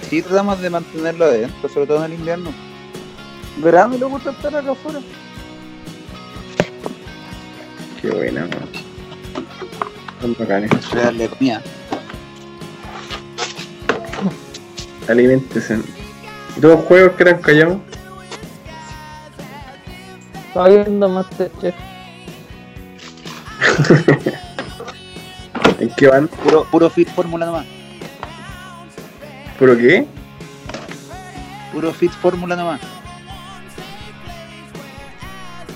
S2: Sí, tratamos de mantenerlo adentro, sobre todo en el invierno. En Verano le gusta estar acá afuera.
S4: Qué buena, weón. Son bacanes.
S2: Para darle comida.
S4: Aliméntese. Dos juegos que eran callados.
S6: Estaba viendo Masterchef.
S4: ¿En qué van?
S2: Puro, puro fit fórmula nomás.
S4: ¿Pero qué?
S2: Puro fit fórmula nomás.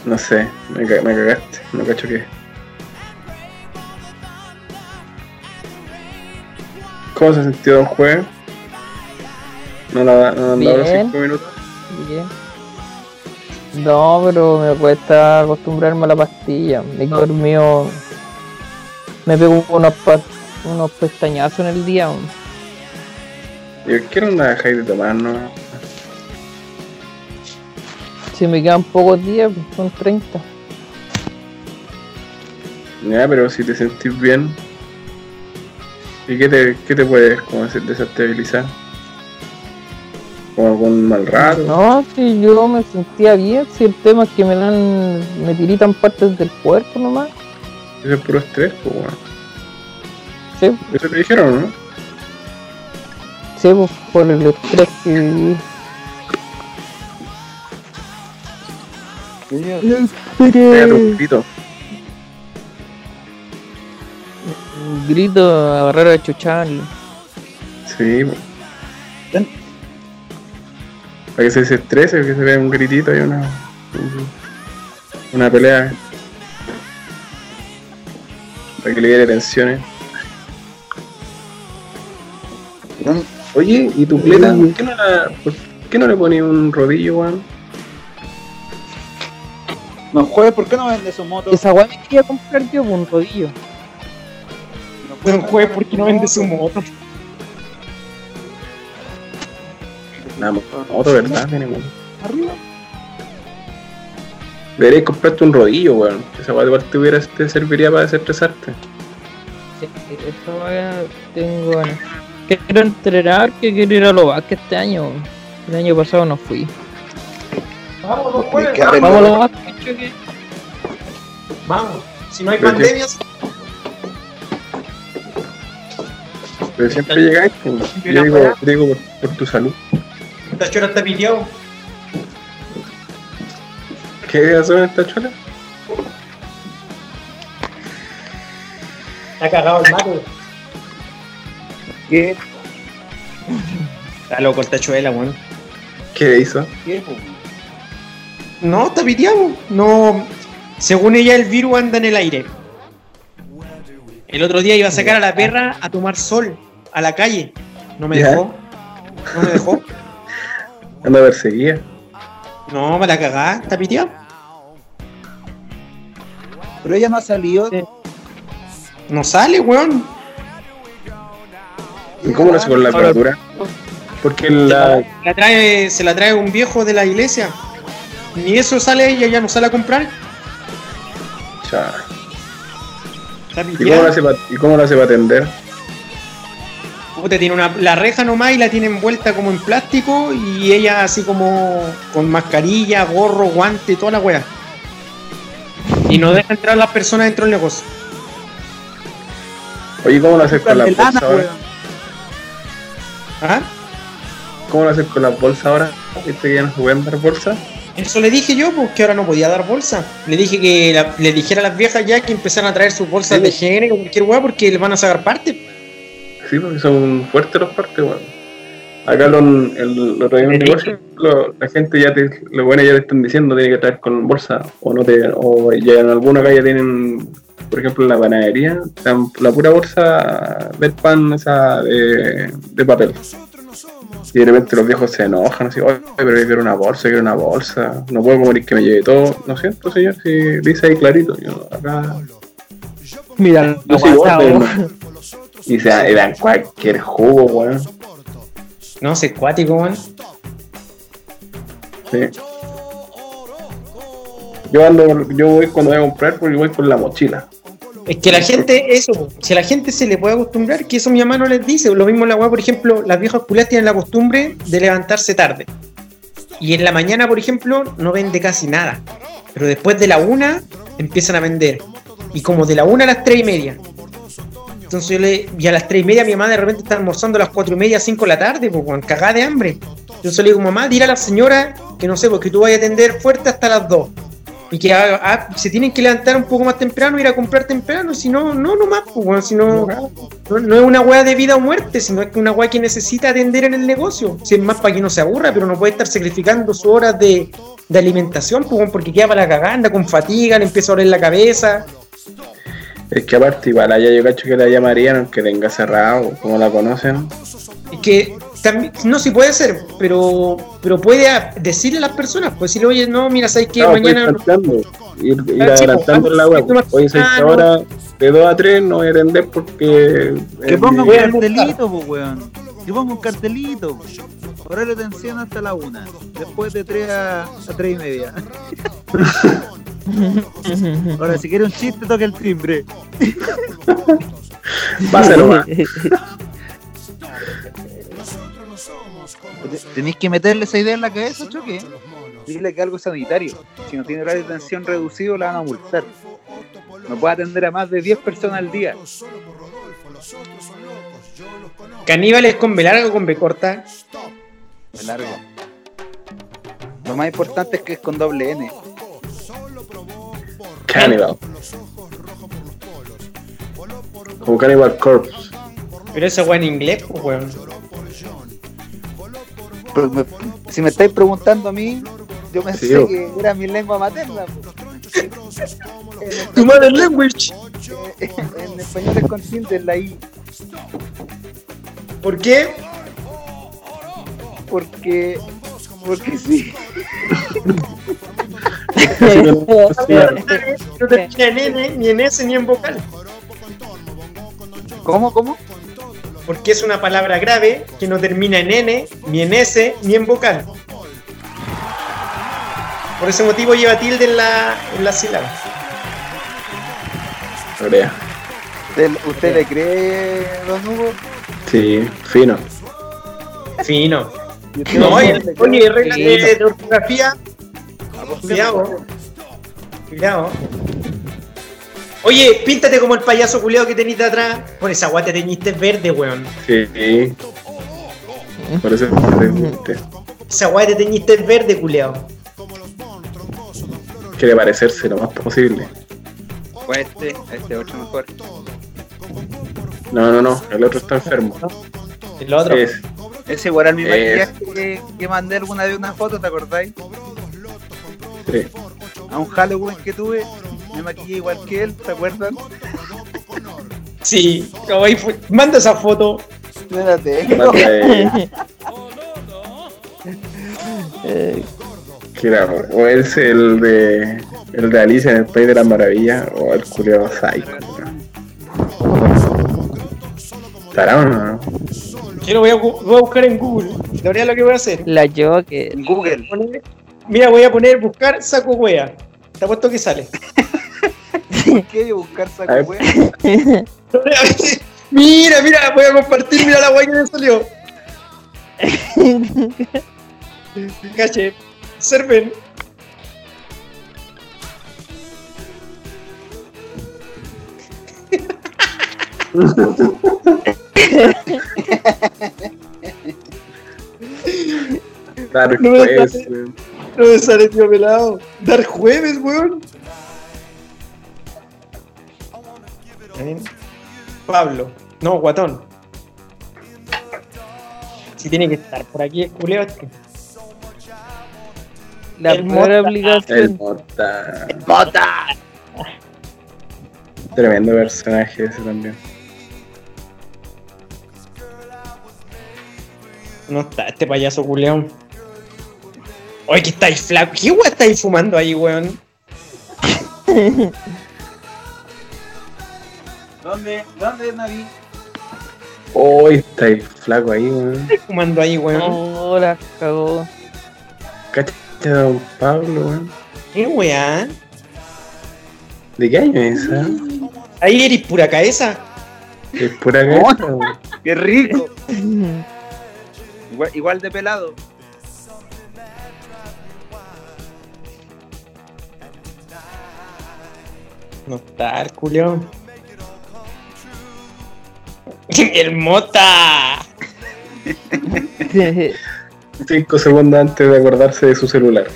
S4: No sé. Me, ca- me cagaste. No cacho qué. ¿Cómo se sintió Don Jueves? No la no han dado los
S6: Bien.
S4: cinco minutos.
S6: Bien. No, pero me cuesta acostumbrarme a la pastilla. Mi dormido me pego unos, pa- unos pestañazos en el día. weón.
S4: Yo quiero una dejáis de tomar, no.
S6: Si me quedan pocos días, pues, son 30.
S4: Ya, pero si te sentís bien. ¿Y qué te, qué te puedes como decir, desestabilizar? ¿Como algún mal rato?
S6: No, si yo me sentía bien, si el tema es que me dan, me tiritan partes del cuerpo nomás.
S4: Eso es puro estrés, pues, weón.
S6: Sí,
S4: Eso te dijeron, ¿no?
S6: sí, pues, por el estrés que viví.
S4: Pégate un pito.
S6: Un grito, agarrar a chucharle.
S4: Sí, po. Para que se desestrese, que se vea un gritito y una. Una pelea. Para que le diera tensiones. Oye, ¿y tu pleta? ¿Por qué no, la, por qué no le pones un rodillo, weón?
S2: No jueves, ¿por qué no vende su moto?
S6: Esa weá me quería comprar yo por un rodillo.
S5: Don Juez, ¿por qué no vende su moto?
S4: Una mo- moto, ¿verdad? Tiene Arriba. Deberías comprarte un rodillo, weón. Esa weá igual te, hubiera- te serviría para desestresarte.
S6: Sí, esa weá tengo ganas. Quiero entrenar, que quiero ir a lo que este año. El año pasado no fui.
S5: Vamos, Don
S2: Tienes
S5: Juez,
S2: que aprender.
S6: Vamos a lo que choque.
S5: vamos. Si no hay
S4: Pero sí.
S5: pandemias,
S4: Pero siempre llegáis, pues. Yo digo, yo digo por, por tu salud.
S5: esta chora está pillado.
S4: ¿Qué haces en esta chola?
S5: Está cagado el mato.
S2: ¿Qué?
S5: Está loco el tachuela, weón.
S4: ¿Qué hizo?
S2: ¿Qué? po?
S5: No, está piteado. No. Según ella, el virus anda en el aire. El otro día iba a sacar a la perra a tomar sol a la calle. No me
S4: Ya.
S5: dejó. No me dejó.
S4: Anda perseguida.
S5: No, me la cagá, está piteado.
S2: Pero ella no ha salido.
S5: No sale, weón.
S4: ¿Y cómo lo hace con la
S6: Ahora-
S4: apertura? Porque la.
S5: La trae, se la trae un viejo de la iglesia. Ni eso sale ella, ya no sale a comprar.
S4: cha.
S5: Está
S4: ¿Y cómo lo
S5: piteado.
S4: hace pa- y cómo lo hace para atender?
S5: Puta, tiene una, la reja nomás y la tiene envuelta como en plástico y ella así como con mascarilla, gorro, guante, toda la wea. Y no deja entrar las personas dentro del negocio.
S4: Oye, ¿cómo lo haces con
S2: Comprarle
S4: las bolsas
S2: lana,
S4: ahora?
S2: weón.
S5: ¿Ah?
S4: ¿Cómo lo haces con las bolsas ahora? ¿Viste que ya no se pueden dar bolsas?
S5: Eso le dije yo, pues que ahora no podía dar bolsa. Le dije que la- le dijera a las viejas ya que empezaran a traer sus bolsas de género, cualquier wea, porque le van a sacar parte.
S4: Sí, porque son fuertes los partes, weón. Acá lo, el, lo traía un negocio, lo- la gente ya te, lo bueno ya te están diciendo, tiene que traer con bolsa, o no te, o ya en alguna calle tienen, por ejemplo en la panadería, te dan la pura bolsa del pan esa de, de papel. Y de repente los viejos se enojan, así, oye, pero yo quiero una bolsa, yo quiero una bolsa, no puedo comer que me lleve todo, ¿no es cierto, señor? Si dice ahí clarito, yo acá
S6: Mira,
S4: yo
S6: lo
S4: soy orden,
S6: guardado.
S4: man. Y se dan- eran cualquier jugo, weón.
S5: No, sé, cuático, weón.
S4: Sí. Yo, ando, yo voy cuando voy a comprar porque voy con la mochila.
S5: Es que la gente, eso, po, si a la gente se le puede acostumbrar, que eso mi mamá no les dice. Lo mismo la weá, por ejemplo, las viejas culas tienen la costumbre de levantarse tarde. Y en la mañana, por ejemplo, no vende casi nada. Pero después de la una, empiezan a vender. Y como de la una a las tres y media. Entonces yo le. Y a las tres y media mi mamá de repente está almorzando a las cuatro y media, cinco de la tarde, pues, weón, cagada de hambre. Yo le digo, mamá, dile a la señora que no sé, porque tú vas a atender fuerte hasta las dos y que ah, ah, se tienen que levantar un poco más temprano, ir a comprar temprano, si no, no, no más, pues, weón, si no, no, no es una weá de vida o muerte, sino es que una weá que necesita atender en el negocio, si es más para que no se aburra, pero no puede estar sacrificando sus horas de, de alimentación, pues, weón, porque queda para la caganda, con fatiga, le empieza a doler la cabeza,
S4: Es que aparte, igual allá yo cacho que la llamarían aunque tenga cerrado, como la conocen.
S5: Es que también, no, si puede ser, pero pero puede a- decirle a las personas, pues decirle, oye, no, mira, sabes que
S4: No, pues,
S5: mañana... no-
S4: saltando, ir, ir
S5: Ah, sí,
S4: adelantando
S5: pues,
S4: la web.
S5: más
S4: Hoy seis
S5: temprano.
S4: horas, de 2 a 3 no voy a atender porque.
S2: Que
S4: eh,
S2: ponga un
S4: mi-
S2: cartelito, pues, weón. Que ponga un cartelito. po. Horario de atención hasta la una. Después de 3 a, a 3 y media. Ahora, si quiere un chiste, toque el timbre.
S4: Pásalo,
S2: (laughs)
S4: va.
S2: Tenéis que meterle esa idea en la cabeza, choque. Dile que algo es sanitario. Si no tiene horario de atención reducido, la van a multar. No puede atender a más de 10 personas al día.
S5: Caníbales con B larga o con B corta.
S2: Me largo. Lo más importante es que es con doble N.
S4: Cannibal. Como Cannibal Corpse.
S5: Pero esa weá en inglés, pues, weón.
S2: Pero me- si me estáis preguntando a mí, yo pensé
S4: Sí, o-
S2: que era mi lengua materna. po.
S5: Tu mother language.
S2: Eh, en español es con tilde en la I,
S5: ¿Por qué?
S2: porque, porque sí.
S4: Sí, ya.
S5: No termina en N, ni en S, ni en vocal.
S2: ¿Cómo, cómo?
S5: Porque es una palabra grave que no termina en N, ni en S, ni en vocal. Por ese motivo lleva tilde en la, en la sílaba.
S4: Orea.
S2: ¿Usted, usted le cree, don Hugo?
S4: Sí, fino.
S5: Fino.
S2: ¿Y usted,
S5: No,
S2: don
S5: oye,
S2: Juan, le cree?
S5: oye, reglas de, de ortografía. Cuidado. Cuidado. Oye, píntate como el payaso culeado que teniste atrás. Por esa guata teñiste verde, weón.
S4: Sí. Por eso te- te-
S5: Esa guata te teñiste verde, culeado.
S4: quiere parecerse lo más posible.
S2: O este, este otro mejor.
S4: No, no, no. El otro está enfermo.
S5: El otro.
S4: Es,
S2: Ese igual al mismo
S4: Es-
S2: maquillaje que, que mandé alguna vez una foto, ¿te acordáis?
S4: sí.
S2: A un Halloween que tuve, me maquillé igual que él, ¿te acuerdan?
S5: Sí, como ahí fue- manda esa foto.
S2: Espérate.
S4: Mata de-
S5: (laughs)
S6: Eh,
S4: Que era, o es el de el de Alicia en el País de las Maravillas o el culiado Psycho. ¿Estará o no?
S5: Yo lo voy a, bu- voy a buscar en Google. La verdad es lo que voy a hacer.
S6: La Joker.
S2: En Google.
S5: Poner- mira, voy a poner buscar saco wea. Te apuesto que sale. (laughs)
S2: ¿Por qué yo buscar saco
S4: A ver.
S2: wea?
S5: mira, mira, voy a compartir, mira la wea que me salió. Cache, serven.
S4: Claro,
S5: No me
S4: pues,
S5: sale. No me sale, tío pelado. Dar jueves, weón. Pablo. No, guatón. Si tiene que estar por aquí, culeo este.
S6: La
S5: El
S6: peor
S5: Mota.
S4: el
S6: obligación.
S4: Mota. Tremendo personaje ese también.
S5: No está este payaso culeón. Oye, que estáis flaco. ¿Qué weón estáis fumando ahí, weón?
S2: ¿Dónde? ¿Dónde, Navi?
S4: Uy, está ahí flaco ahí, weón.
S5: ¿Qué estáis fumando ahí, weón?
S6: No, la cagó. (laughs)
S4: Cacha don Pablo, weón.
S5: ¿Qué weón?
S4: ¿De qué año es (laughs) esa?
S5: Ahí eres pura cabeza.
S4: Es pura cabeza. weón.
S2: ¡Qué rico! Igual, igual de pelado.
S5: No está, culión. (laughs) El mota.
S4: Cinco segundos antes de acordarse de su celular.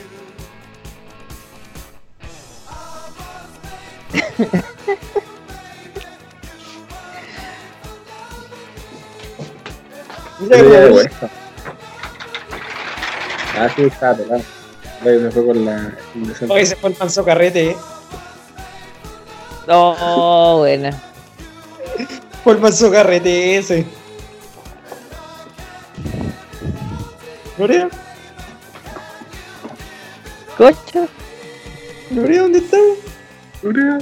S5: Mira,
S4: Pero ya de
S5: weón.
S4: vuelta. Ah, sí, estaba pelado. Ahí se fue con la. indecente.
S5: Oye, se fue el manso carrete, eh.
S6: No, buena.
S5: Fue el manso carrete ese. ¿Gloria?
S6: Cocho.
S5: ¿Gloria dónde está?
S4: Mira,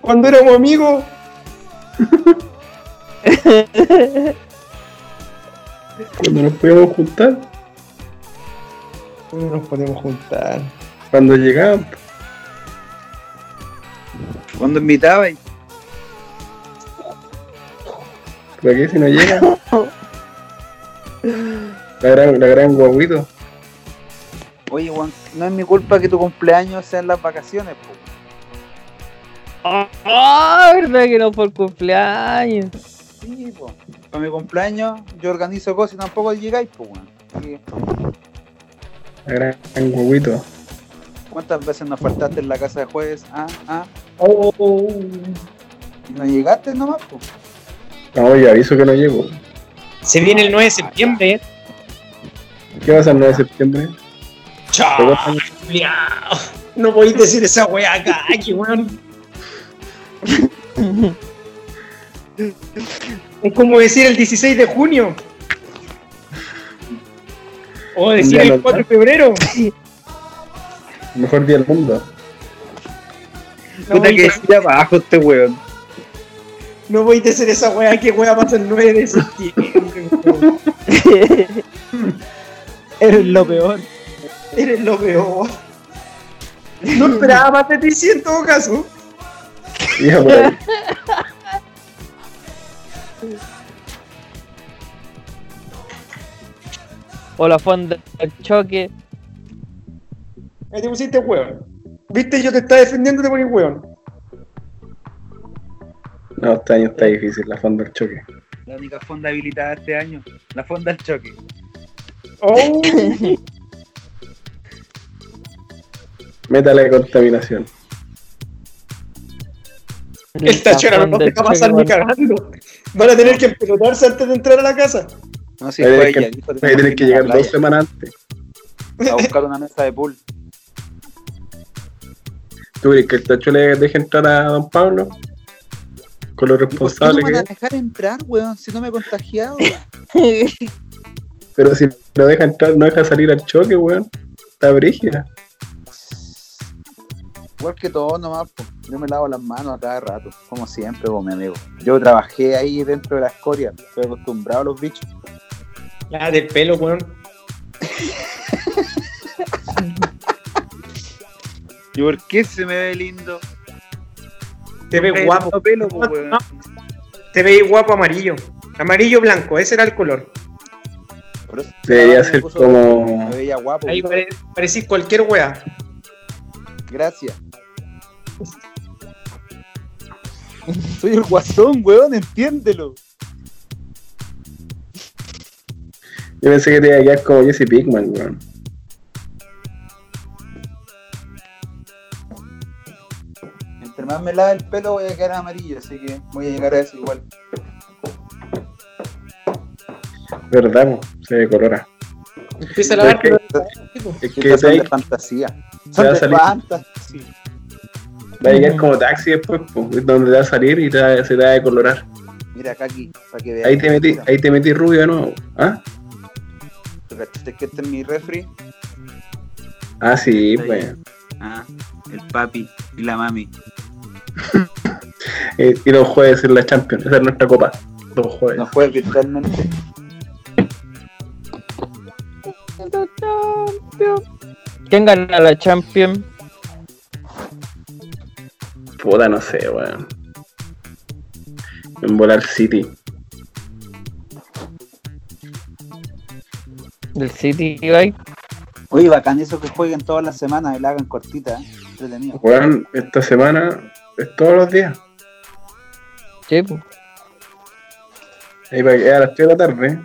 S5: Cuando éramos amigos.
S4: Cuando nos podíamos juntar,
S5: No nos podemos juntar.
S4: cuando llegaban.
S2: Cuando invitaba y
S4: ¿Por qué si no llega? La gran, la gran guaguito.
S2: Oye, Juan, no es mi culpa que tu cumpleaños sean las vacaciones, po.
S6: Ah, verdad que no por cumpleaños.
S2: Sí, po. Para mi cumpleaños yo organizo cosas y tampoco llegáis, po, weón. Así que,
S4: La gran, gran guaguito.
S2: ¿Cuántas veces nos faltaste en la casa de jueves? Ah, ah.
S5: Oh, oh, oh.
S2: No llegaste nomás, po.
S4: No, yo aviso que no llego.
S5: Se viene el 9 de septiembre. eh.
S4: ¿Qué pasa el 9 de septiembre?
S5: Chao.
S4: Ah.
S5: culiao. No podéis decir esa weá acá, que weón. Es como decir el 16 de junio. O decir
S4: día
S5: el
S4: normal.
S5: 4 de febrero.
S4: El mejor día del mundo.
S5: No
S2: Puta
S5: podéis
S2: que
S5: decir-
S2: decir abajo este weón.
S5: no podéis decir esa weá que weá pasa el 9 de septiembre. (laughs) weón.
S6: Eres lo peor.
S5: Eres lo peor. No (laughs) esperaba más de ti sí, en todo caso.
S4: Hija, por ahí.
S6: O la fonda del choque.
S5: Ahí te pusiste weón. Viste, yo te estaba defendiendo y te pones weón.
S4: No, este año está difícil, la fonda del choque.
S2: La única fonda habilitada este año. La fonda del choque.
S5: (laughs) Oh.
S4: Meta la contaminación.
S5: El tachero no
S6: Fonda
S5: te
S6: del
S5: va a pasar
S6: choque,
S5: ni cagando. Van a tener que empelotarse antes de entrar a la casa.
S2: No sé,
S4: Ahí
S2: fue
S4: tienes
S2: ella.
S4: que,
S2: dijo,
S4: ahí
S2: tenemos
S4: tienes que
S2: ir a la
S4: llegar dos
S2: playa
S4: semanas antes.
S2: A buscar una mesa de pool.
S4: ¿Tú crees que el tacho le deje entrar a don Pablo? Con lo
S2: ¿Y ¿Por qué no
S4: responsable
S2: me
S4: que
S2: van a
S4: es.
S2: dejar entrar, weón? Si no me he contagiado.
S6: weón.
S4: Pero si lo deja entrar, no deja salir al choque, weón. Está brígida.
S2: Igual que todo nomás, po. yo me lavo las manos a cada rato, como siempre, po, mi amigo. Yo trabajé ahí dentro de la escoria, estoy acostumbrado a los bichos.
S5: La del pelo, weón.
S2: ¿Y por qué se me ve lindo?
S5: Te ve guapo.
S2: pelo,
S5: po, weón. Te ve guapo amarillo. Amarillo blanco, ese era el color.
S4: Debería ser como-
S2: Me veía guapo,
S5: Ahí
S2: po.
S5: pare- parecís cualquier weá.
S2: gracias. Soy el guasón, weón, entiéndelo.
S4: Yo pensé que te iba a quedar como Jesse Pinkman, weón.
S2: Entre más me lave el pelo voy a quedar amarillo, así que voy a llegar a eso igual.
S4: Verdad, po? se decolora.
S5: Empieza
S4: Es
S5: a lavar.
S4: que, es que
S2: Estas
S4: te
S2: son
S4: va
S2: de
S4: a-
S2: fantasía.
S4: te
S2: Son
S4: va a
S2: de
S4: salir-
S2: fantasía.
S4: va a llegar como taxi después, po, es donde te va a salir y te va- se te va a decolorar.
S2: Mira acá aquí, para que veas.
S4: Ahí te metí, ahí te metí rubio de nuevo. ¿Ah?
S2: ¿Tú cachaste que este es mi refri?
S4: Ah, sí, pues.
S2: Ah, el papi y la mami.
S4: Eh, Y los jueves en la Champions, esa es nuestra copa. Los jueves.
S2: No juegas virtualmente.
S6: ¿Quién gana la Champions?
S4: Puta, no sé, weón. En volar City.
S6: Del City, güey.
S2: Oye, bacán eso que jueguen todas las semanas y la hagan cortita, ¿eh? entretenido.
S4: Weón, esta semana es todos los días.
S6: Sí, pues, po.
S4: Ahí para que a las 3 de la tarde.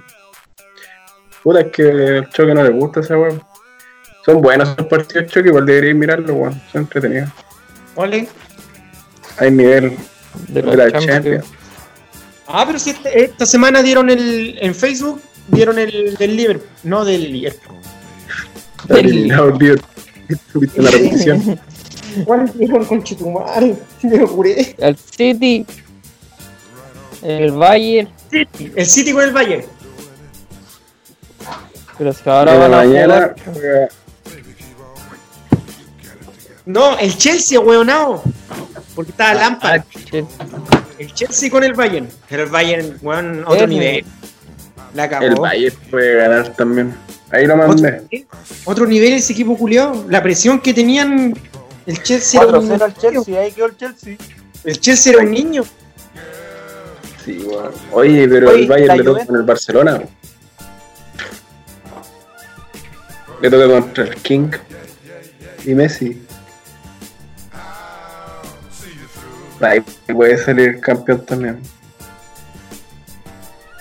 S4: Puta, es que el choque no le gusta a ese weón. Son buenos esos partidos de choque, igual deberíais mirarlo, weón. Son entretenidos.
S5: Ole.
S4: Hay nivel
S6: De
S4: de
S6: la
S4: la
S6: Champions.
S4: Champions.
S5: Ah, pero si este- esta semana dieron el. En Facebook dieron el del Liverpool. No del Liverpool.
S4: Está eliminado el Liverpool. Tuviste la repetición.
S5: ¿Cuál dieron con Chitumare? (laughs) Me lo curé.
S6: El City. El Bayern.
S5: El City con el Bayern.
S6: Pero si ahora
S4: Ahora
S6: van a
S4: mañana
S6: jugar-
S4: juega
S5: No, el Chelsea, weonao. Porque estaba Lampard.
S6: Sí.
S5: El Chelsea con el Bayern. Pero el Bayern, weón, otro
S6: Ese.
S5: nivel. La cagó.
S4: el Bayern puede ganar también. Ahí lo
S5: Otro
S4: mandé.
S5: nivel, otro nivel ese equipo culiado. La presión que tenían. El Chelsea era un,
S2: 4-0 al Chelsea, ahí quedó el Chelsea.
S5: el Chelsea era un niño.
S4: Sí, weón. Oye, pero
S2: Oye,
S4: el Bayern
S2: la
S4: le toca
S2: Juventus.
S4: con el Barcelona. weón. Le toca contra el King y Messi. Ahí puede salir campeón también.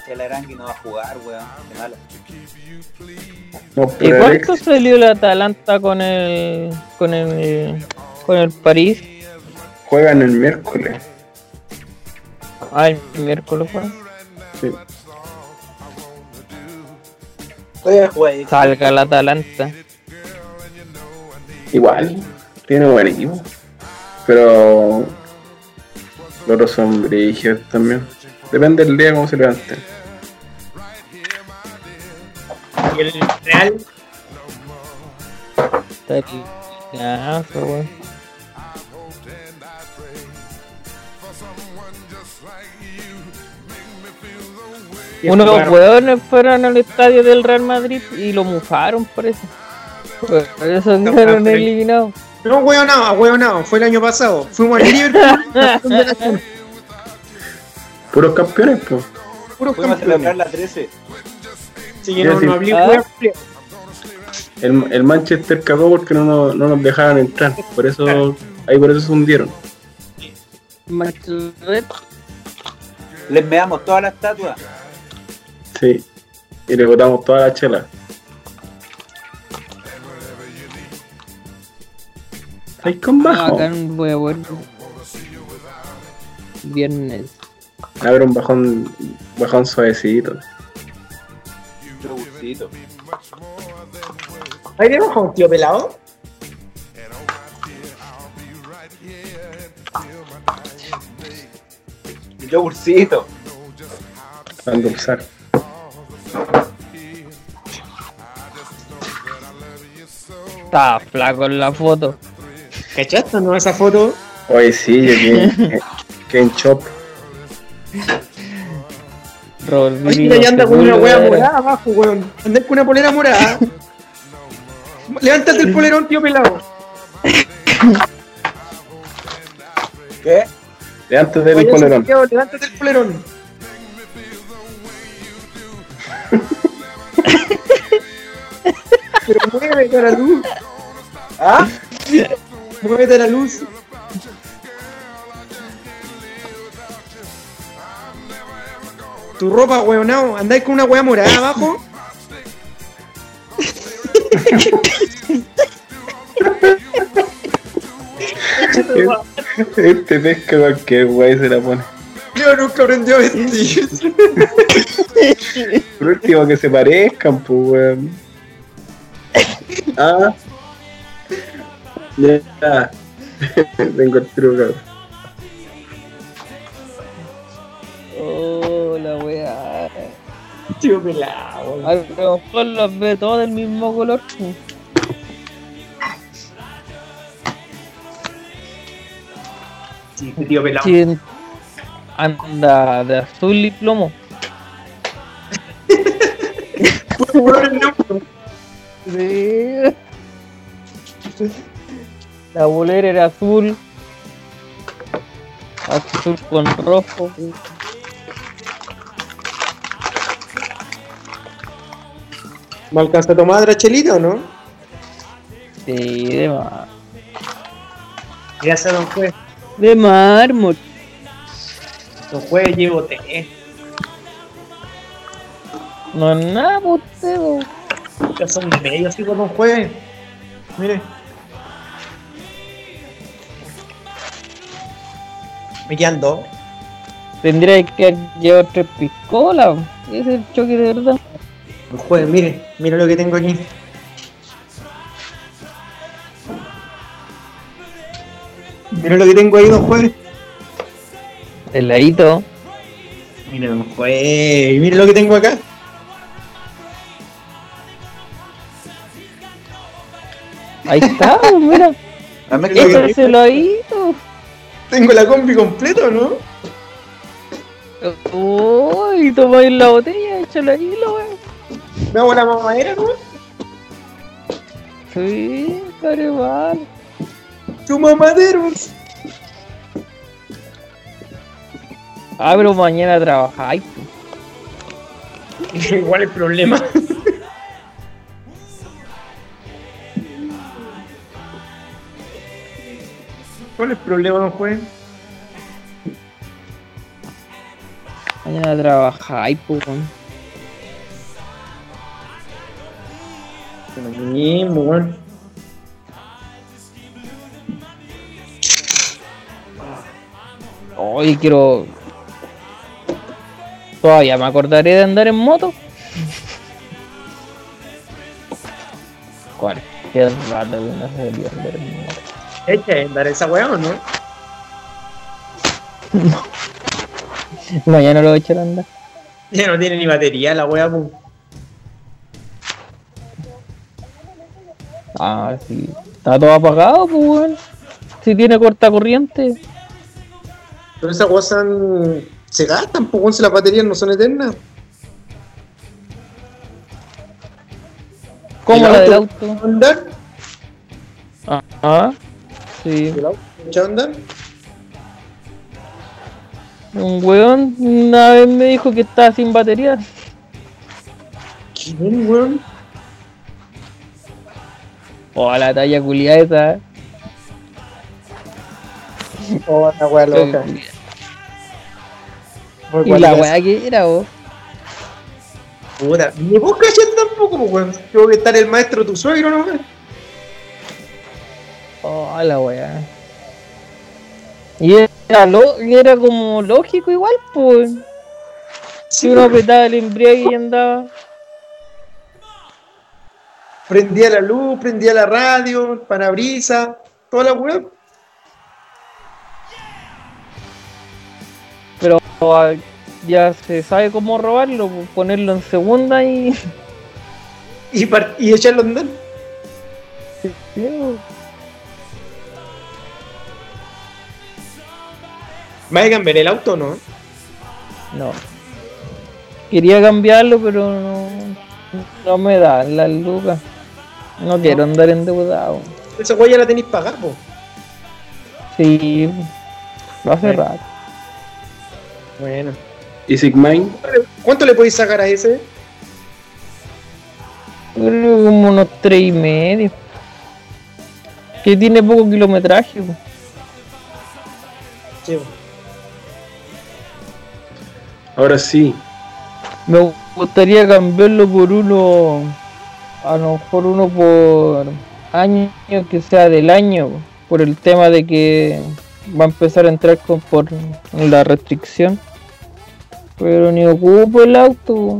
S2: El Arangui no va a jugar, weón. Qué mala.
S4: No,
S6: ¿Y
S4: pero
S6: cuánto
S4: Alex,
S6: salió el Atalanta con el. con el. con el París?
S4: juegan el miércoles.
S6: Ah, el miércoles, fue.
S4: Sí.
S2: Todavía juega ahí.
S6: Salga el Atalanta.
S4: Igual, tiene buen equipo. Pero los otros son brígidos también. Depende del día cómo se levanten.
S5: Y el Real
S6: Está aquí. Ya, pero bueno.
S5: y el
S6: Unos
S5: jugador-
S6: hueones fueron al estadio del Real Madrid y lo mufaron por eso. Por eso quedaron
S5: Madrid.
S6: eliminados.
S5: No, hueonao, hueonao. Fue el año pasado. Fuimos al
S6: (laughs)
S5: Liverpool.
S4: Puros campeones, pues.
S5: Puros
S2: Podemos
S5: campeones.
S2: celebrar la 13.
S5: Sí, que no, no hablé,
S6: Ah.
S5: hueón.
S4: El, el Manchester cagó porque no, nos- no nos dejaban entrar. Por eso, ahí por eso se hundieron.
S5: (laughs)
S6: Manchester.
S2: Les meamos todas las estatuas.
S4: Sí. Y le botamos toda la chela. Ahí con
S6: Ah,
S4: bajo.
S6: acá voy a ver. Viernes.
S4: A ver, un bajón, bajón suavecito.
S2: Robustito.
S5: Ahí vemos a un tío pelado.
S2: Yogurcito.
S4: Para endulzar.
S6: Estaba flaco en la foto.
S5: ¿Cachaste no esa foto?
S4: Oye, sí, yo que, que en chop.
S6: Rodrigo
S5: Oye, mira, ya anda con una
S6: Sepúlveda
S5: wea
S6: era-
S5: morada abajo, weón. Andar con una polera morada. Levántate el polerón, tío pelado.
S2: ¿Qué?
S4: De antes
S5: Oye,
S4: del polerón.
S5: Santiago, Levántate el (laughs) polerón. Pero muévete a la luz.
S2: ¿Ah?
S5: Muévete a la luz. Tu ropa, weonao. Andáis con una wea morada abajo.
S4: (laughs) Este pesca cualquier guay se la pone.
S5: Yo nunca aprendió a vestir.
S4: Por último, que se parezcan, pues, weón. Ah. Ya. (laughs) Tengo el truco.
S6: Oh, la wea.
S5: Tío pelado.
S6: A lo mejor los ve todos del mismo color. pu.
S5: Sí, este tío pelado.
S6: Si en- anda de azul y plomo. Sí. La bolera era azul. azul con rojo.
S5: ¿Me alcanza a tomar otra chelita o no?
S6: Sí, de mar.
S5: Gracias, don juez.
S6: De mármol.
S5: Don juez llevo té.
S6: No es nada, pues, usted, po.
S5: Ya son de medio así por don juez. Mire. Me quedan dos.
S6: Tendría que llevar tres piscolas. po. Ese es el choque de verdad.
S5: Don juez, mire. Mire lo que tengo aquí. Mire lo que tengo ahí, don juez.
S6: El ladito.
S5: Mire, don juez. Mire lo que tengo acá.
S6: Ahí está, (laughs) po, mira.
S2: La mezcla
S6: Ese
S2: de-
S6: es el ladito.
S5: Tengo la combi completa, ¿no?
S6: Uy, tomáis la botella, échala ahí, la weá.
S5: Me hago la mamadera, ¿no?
S6: Sí, careval.
S5: Tu mamadero.
S6: Ah, pero mañana trabajáis. po.
S5: (laughs) Igual el problema. ¿Cuál es el problema, don juez?
S6: Mañana trabajáis, po, weón.
S5: Lo mismo, weón.
S6: Hoy quiero. Todavía me acordaré de andar en moto. Cualquier rato que no se debería andar en moto.
S5: Echa de Este andar esa weá, ¿o no?
S6: No, ya no lo voy a echar a andar.
S5: Ya no tiene ni batería la weá, pues.
S6: Ah, sí. Está todo apagado, pues, weón. Si tiene corta corriente.
S5: Pero esas weas son- se gastan, pues, weón, si las baterías no son eternas.
S6: ¿Cómo
S5: ¿El
S6: la del
S5: auto?
S6: auto?
S5: ¿Andar?
S6: Ah, ah. Sí.
S5: ¿Echa de andar?
S6: Un weón una vez me dijo que estaba sin batería.
S5: ¿Quién, weón?
S6: Oh, la talla culiada esa. eh.
S5: Oh, la weá loca.
S6: Y la weá que era, vos.
S5: Puta, ni vos cachete tampoco, pues, weón. Tengo que estar el maestro tu suegro, ¿no? weón?
S6: Oh, la weá. Y era, lo- y era como lógico igual, pues. Si uno apretaba el embriague y andaba.
S5: Prendía la luz, prendía la radio, el parabrisas, toda la weón.
S6: o a- ya se sabe cómo robarlo, pues, ponerlo en segunda y. (laughs)
S5: Y, par- y echarlo a andar. ¿Me hagan ver el auto o no?
S6: No. Quería cambiarlo, pero no, no me da las lucas. No quiero andar endeudado.
S5: Esa weá ya la tenéis pagada, po.
S6: Sí, lo hace
S5: Eh.
S6: rato.
S5: Bueno.
S4: Y Sigmine,
S5: ¿Cuánto le podéis sacar a ese?
S6: Yo creo que como unos tres y medio. Que tiene poco kilometraje. pues.
S5: Sí, po.
S4: ahora sí.
S6: Me gustaría cambiarlo por uno, a lo mejor uno por año que sea del año, por el tema de que va a empezar a entrar con, por la restricción. Pero ni ocupo el auto.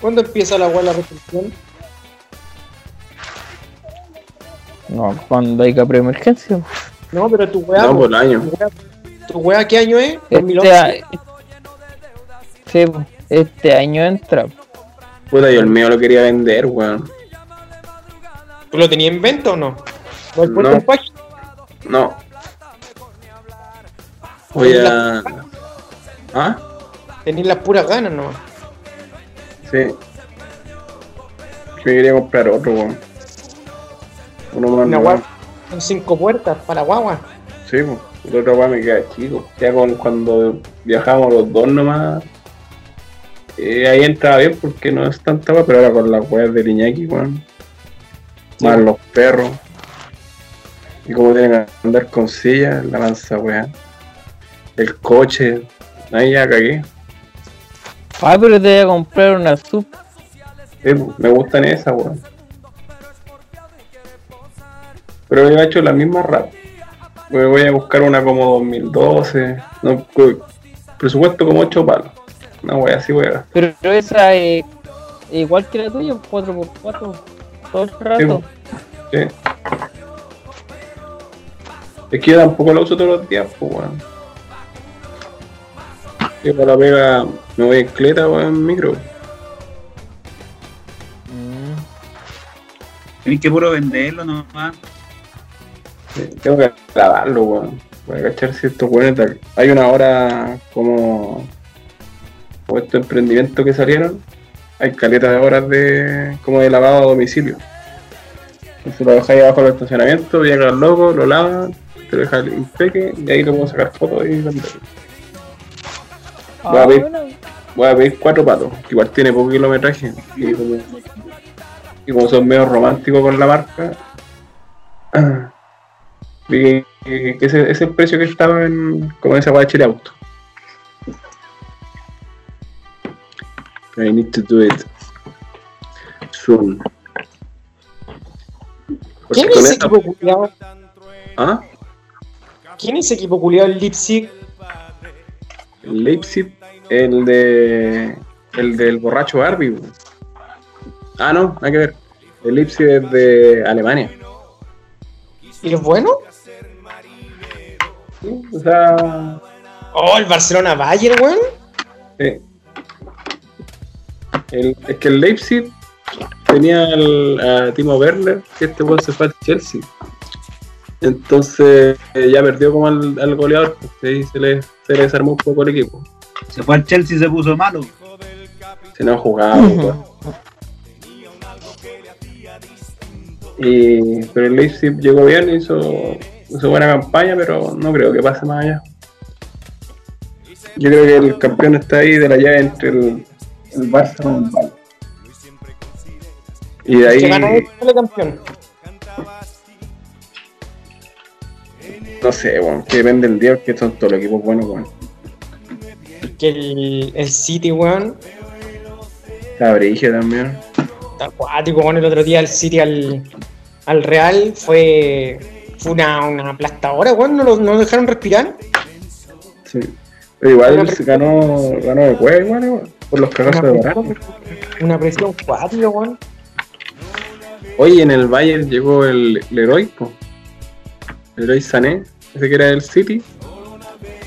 S5: ¿Cuándo empieza la weá la restricción?
S6: No, cuando hay que preemergencia.
S5: No, pero tu weá.
S4: No,
S5: po.
S4: por el año.
S5: Tu weá- ¿Tu weá qué año es?
S6: Este,
S5: 2011.
S6: a- Sí, po, este año entra.
S4: Puta, yo el mío lo quería vender, weón.
S5: ¿Tú lo tenías en venta o no? ¿No has puesto
S4: No.
S5: en página?
S4: No. Voy a. ¿Ah?
S5: Tenías las puras ganas nomás.
S4: Sí. Yo quería comprar otro, weón. Uno más.
S5: Una
S4: no,
S5: guagua. Son cinco puertas para la guagua.
S4: Sí, weón. La otra weá me queda chico. Ya con cuando viajamos los dos nomás. eh, ahí entraba bien porque no es tanta weá, pero ahora con las weas del Iñaki, weón. Más los perros. Y como tienen que andar con sillas, la mansa weá. El coche. Ahí ya cagué.
S6: Ah, pero te voy a comprar una sub.
S4: Sí, pues, me gustan esas, weón. Pero yo he hecho la misma rap. Me voy a buscar una como 2012. No, cu- presupuesto como 8 palos. No, weón, así weón.
S6: Pero esa es igual que la tuya, 4x4. Todo el rato.
S4: Sí. Es que yo tampoco la uso todos los días, pues, weón. Yo para la pega me voy en cleta o en micro.
S2: Tienes que puro venderlo nomás.
S4: Sí, Tengo que grabarlo, weón. Para cachar si estos weones. de- Hay una hora como. O estos emprendimientos que salieron. Hay caletas de horas de. como de lavado a domicilio. Entonces lo dejáis abajo del estacionamiento, llega el loco, lo lavan, te lo dejas impeque y ahí te puedo sacar fotos y venderlo.
S6: Ah,
S4: Va a ver.
S6: bueno.
S4: Voy a pedir cuatro patos, que igual tiene poco kilometraje. Y como, y como son medio románticos con la marca, (clears throat) vi que- que ese ese es el precio que estaba en como en esa guay de Chile Auto. I need to do it soon. Porque
S5: ¿Quién
S4: con
S5: es ese
S4: esta-
S5: equipo culiado?
S4: ¿Ah?
S5: ¿Quién es ese equipo culiado en Leipzig?
S4: El Leipzig, el de. El del borracho Barbie. weón. Ah, no, hay que ver. El Leipzig es de Alemania.
S5: ¿Y es bueno?
S4: Sí, O sea.
S5: Oh, el Barcelona Bayern, weón.
S4: sí. El- es que el Leipzig tenía al, a Timo Werner, que este weón se fue al Chelsea. Entonces eh, ya perdió como al, al goleador, pues, y se le, se le desarmó un poco el equipo.
S2: Se fue al Chelsea y se puso malo.
S4: Se no jugaba, pues. weón. Y- pero el Leipzig llegó bien, hizo, hizo buena campaña, pero no creo que pase más allá. Yo creo que el campeón está ahí de la llave entre el, el Barça y el Bayern. Y de
S5: Que ganó
S4: ahí,
S5: el campeón.
S4: no sé, weón, que depende el día, que son todos los equipos buenos, weón.
S5: Que el, el City, weón.
S4: La Brigia también.
S5: Está acuático, weón. El otro día el City al, al Real fue, fue una, una aplastadora, weón. No lo no lo dejaron respirar.
S4: Sí. Pero igual se ganó, ganó de juego, igual, igual, por los cagazos de Varane.
S5: Una presión cuática, weón.
S4: Oye, en el Bayern llegó el Leroy, po. Leroy Sané, ese que era del City,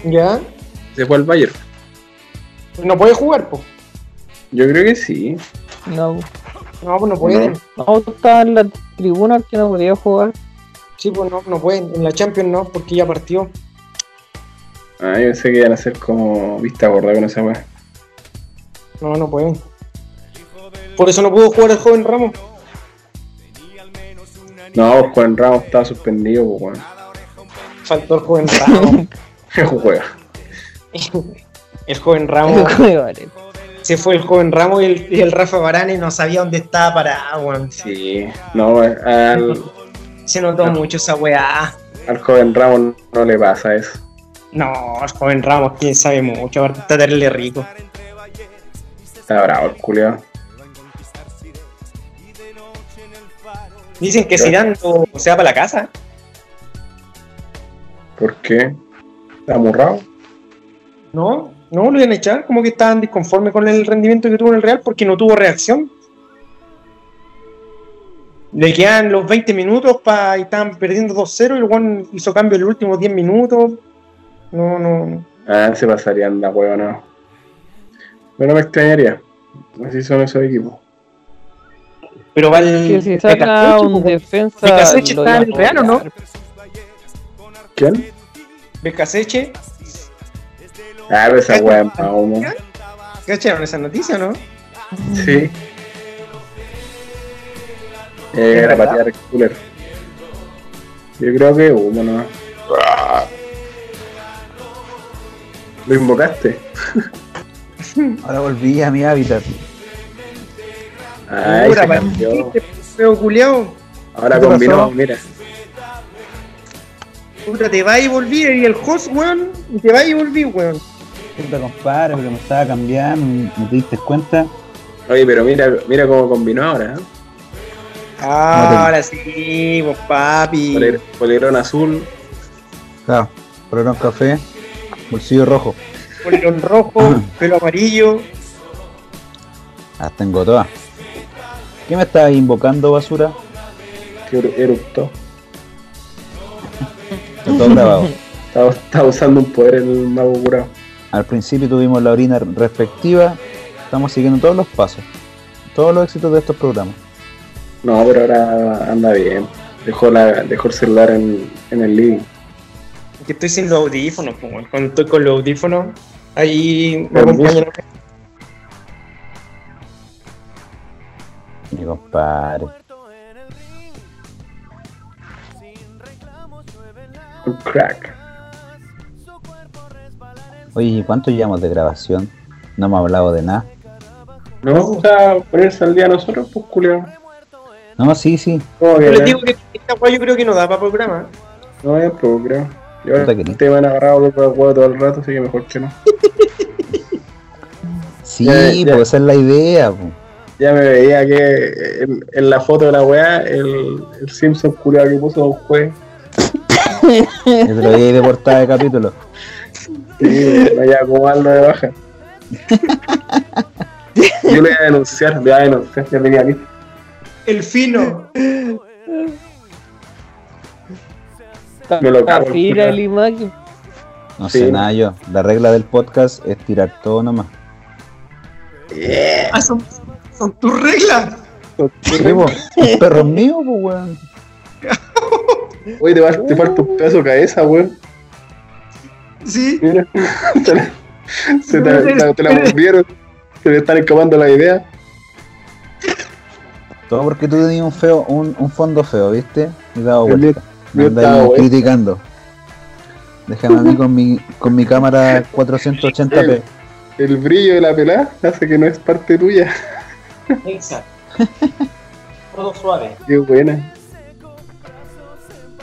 S5: ¿Ya?
S4: se fue al Bayern.
S5: No puede jugar, po.
S4: Yo creo que sí.
S6: No,
S5: No, pues no pueden.
S4: No.
S6: no, estaba en la tribuna que no
S4: (laughs)
S6: podía jugar.
S5: Sí, pues no, no pueden. En la Champions no, porque ya partió.
S4: Ah, yo sé que iban a ser como vista gorda con esa weá.
S5: No, no pueden. Por eso no pudo jugar el joven Ramos.
S4: No, pues, Juan Ramos estaba suspendido, po, weón. (laughs)
S5: Faltó el joven Ramos.
S4: Juega.
S5: el joven
S6: (laughs)
S5: Ramos. Se fue el joven Ramos y el, y el Rafa Barane no sabía dónde estaba parado, weón.
S4: Sí. No, al,
S5: Se notó mucho esa weá.
S4: al joven Ramos no le pasa eso.
S5: No, el joven Ramos, quién sabe mucho, aparte está terrible rico.
S4: Está bravo el culiao.
S5: Dicen que Zidane no se va para la casa.
S4: ¿Por qué? ¿Está amurrado?
S5: No, no lo iban a echar, como que estaban disconformes con el rendimiento que tuvo en el Real porque no tuvo reacción. Le quedan los 20 minutos pa, y estaban perdiendo 2-0 y el weón hizo cambio en los últimos 10 minutos. No, no, no.
S4: Ah, se pasarían la hueva, no. Bueno, me extrañaría. Así son esos equipos.
S5: Pero va el.
S6: Que si saca
S5: Becaseche,
S6: un
S5: po.
S6: defensa.
S5: Becaseche
S6: lo
S5: está en
S6: iba a
S5: el Real, ¿o no?
S6: cobrar.
S4: ¿Quién?
S5: Becaseche.
S4: Ah, pero esa hueá es más humo.
S5: ¿Cacharon esa noticia, no?
S4: Sí. Eh, era
S5: Ah.
S4: patear el cooler. Yo creo que humo nomás. Lo invocaste.
S2: Ahora volví a mi hábitat.
S4: Ay,
S5: Pura
S4: se Ah, cambió.
S5: Feo culiao.
S4: Ahora
S2: ¿Qué
S4: combinó,
S2: pasó?
S4: mira.
S5: Puta, te va y volví, y el host, weón, y te va y volví, weón.
S2: Puta compadre, pero me estaba cambiando, ¿no te diste cuenta?
S4: Oye, pero mira, mira cómo combinó ahora, ¿eh?
S5: Ah, ahora sí, pues papi.
S4: Poler- Polerón azul.
S2: Claro, polerón café, bolsillo rojo.
S5: Polirón rojo, pelo amarillo.
S2: Las Ah, tengo todas. ¿Qué me estás invocando, basura?
S4: Que eru- eruptó.
S2: Está
S4: (laughs)
S2: todo grabado.
S4: Estaba, estaba usando un poder el mago curado.
S2: Al principio tuvimos la orina respectiva. Estamos siguiendo todos los pasos. Todos los éxitos de estos programas.
S4: No, pero ahora anda bien. Dejó, la, dejó el celular en, en el living.
S5: Que estoy sin los audífonos, pues, weón. Cuando estoy con los audífonos, ahí me
S4: Con
S5: acompañan.
S2: Mi compadre.
S4: Un crack.
S2: Oye, ¿y ¿cuánto llevamos de grabación? No me ha hablado de nada.
S4: ¿No? O sea, ponerse al día nosotros, pues culiao.
S2: No, sí, sí.
S4: ¿Cómo que
S5: Yo les
S4: no?
S5: digo que esta weá yo creo que no da para programa.
S4: No, ya, pues creo. Yo
S2: Puta que no.
S4: te van agarrado por el huevo todo el rato, así que mejor que no.
S2: Sí,
S4: Ya, ya.
S2: porque esa es la idea. po.
S4: Ya me veía que en, en la foto de la weá, el, el Simpson culiao que puso un juez.
S2: Yo te lo di de portada de capítulo.
S4: Sí, no ya como algo de baja. Yo le voy a denunciar, le voy a denunciar, ya tenía aquí.
S5: El (laughs) fino.
S4: Me lo
S6: Está
S4: cago.
S6: fila el Imagi.
S2: No
S4: Sí.
S2: sé nada yo. La regla del podcast es tirar todo
S4: (laughs)
S2: nomás.
S5: Ah, son, son tus reglas.
S2: Sí, po. El perro es mío, pues, weón.
S4: Oye, te, va- te falta un pedazo de cabeza, weón.
S5: Sí.
S4: Mira. (laughs) Se, la- se te, la- te la volvieron. Se le están escapando la idea.
S2: Todo porque tú tenías un feo, un, un fondo feo, ¿viste? Y dado
S4: Yo
S2: vuelta. Me
S4: yo
S2: andáis
S4: estaba, güey.
S2: criticando. Déjame a mí con mi, con mi cámara 480p.
S4: El brillo de la pelada hace que no es parte tuya. (laughs)
S5: Exacto. Todo suave.
S4: Qué buena.